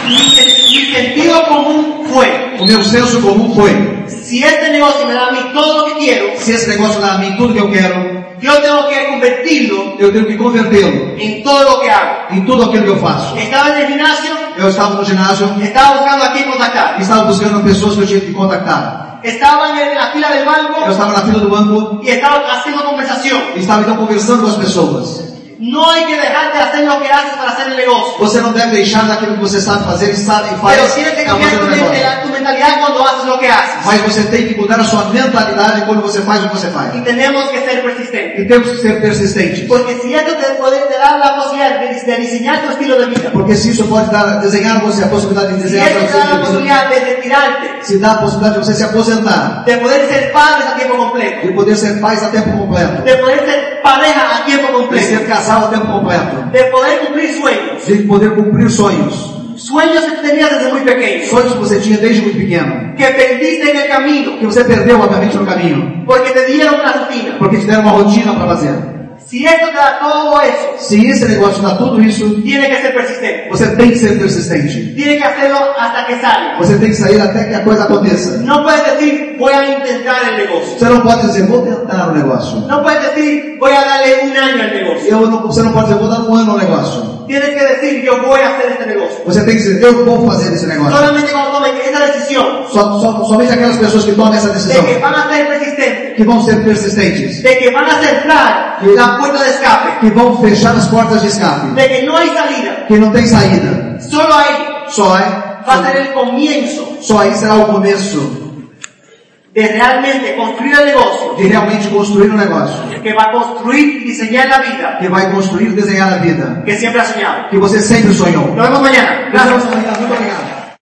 S2: Então,
S1: mi, sen- mi sentido común fue,
S2: Então, o meu senso comum foi,
S1: si este negocio me da a mí todo lo que quiero,
S2: se esse negócio dá a mim tudo que eu quero,
S1: yo tengo que convertirlo
S2: eu tenho que convertê-lo
S1: en todo lo que hago.
S2: em tudo aquilo que eu faço.
S1: Estaba en el gimnasio,
S2: Eu estava no ginásio,
S1: estaba buscando a quién contactar.
S2: estava buscando pessoas que eu tinha que contactar.
S1: Estaba en el- en la fila del
S2: Eu
S1: banco
S2: estava na fila do banco
S1: y estaba haciendo conversación.
S2: e estava então conversando com as pessoas.
S1: No hay que dejar de hacer lo que haces para hacer el negocio.
S2: Você não deve deixar daquilo que você sabe fazer e sabe e
S1: Pero
S2: faz É
S1: tienes que
S2: a fazer
S1: cambiar tu,
S2: o
S1: mente-
S2: negócio.
S1: la- tu mentalidad cuando haces lo que haces.
S2: Mas você tem que mudar a sua mentalidade quando você faz o que você
S1: Y
S2: faz.
S1: tenemos que ser persistentes.
S2: E temos que ser persistentes.
S1: Porque si esto te puede te dar la posibilidad de, de diseñar tu estilo de vida,
S2: Porque se isso pode dar, desenhar a você a possibilidade de
S1: si
S2: desenhar
S1: esto te da la
S2: para você,
S1: posibilidad de retirarte,
S2: se dá a possibilidade de você se aposentar,
S1: de poder ser padres a tiempo completo,
S2: de poder ser pais a tempo completo,
S1: de poder ser pareja a tiempo
S2: de
S1: completo,
S2: ser casal a tempo completo,
S1: de poder cumplir sueños,
S2: de poder cumprir sonhos. sonhos.
S1: Sueños que tenía desde muy pequeño.
S2: Sonhos que você tinha desde muito pequeno.
S1: Que perdiste en el camino.
S2: Que você perdeu a caminho no caminho.
S1: Porque te dieron una rutina.
S2: Porque te deram uma rotina para fazer.
S1: Si esto te da todo eso,
S2: Se esse negócio dá tudo isso,
S1: tiene que ser persistente.
S2: você tem que ser persistente.
S1: Tiene que hacerlo hasta que salga.
S2: Você tem que sair até que a coisa aconteça.
S1: No puedes decir, voy a intentar el negocio.
S2: Você não pode dizer, vou tentar o negócio.
S1: No puedes decir, voy a darle un año al negocio.
S2: Eu não- você não pode dizer, vou dar um ano ao negócio.
S1: Tienes que decir, yo voy a hacer este negocio.
S2: Você tem que dizer, eu vou fazer esse negócio.
S1: Solamente cuando tomen esa decisión
S2: Só, só, somente aquelas pessoas que tomam essa
S1: de
S2: decisão,
S1: que van a ser persistentes,
S2: que vão ser persistentes,
S1: de que van a cerrar la puerta de escape,
S2: que vão fechar as portas de escape,
S1: de que no hay salida.
S2: que não tem saída.
S1: Solo ahí
S2: Só
S1: va a ser
S2: é,
S1: el comienzo
S2: só aí será o começo
S1: de realmente construir el negocio
S2: de realmente construir um negócio,
S1: que va a construir y diseñar la vida
S2: que vai construir e desenhar a vida
S1: que siempre ha soñado.
S2: que você sempre sonhou.
S1: Nos vemos mañana. Gracias.
S2: Muito obrigado.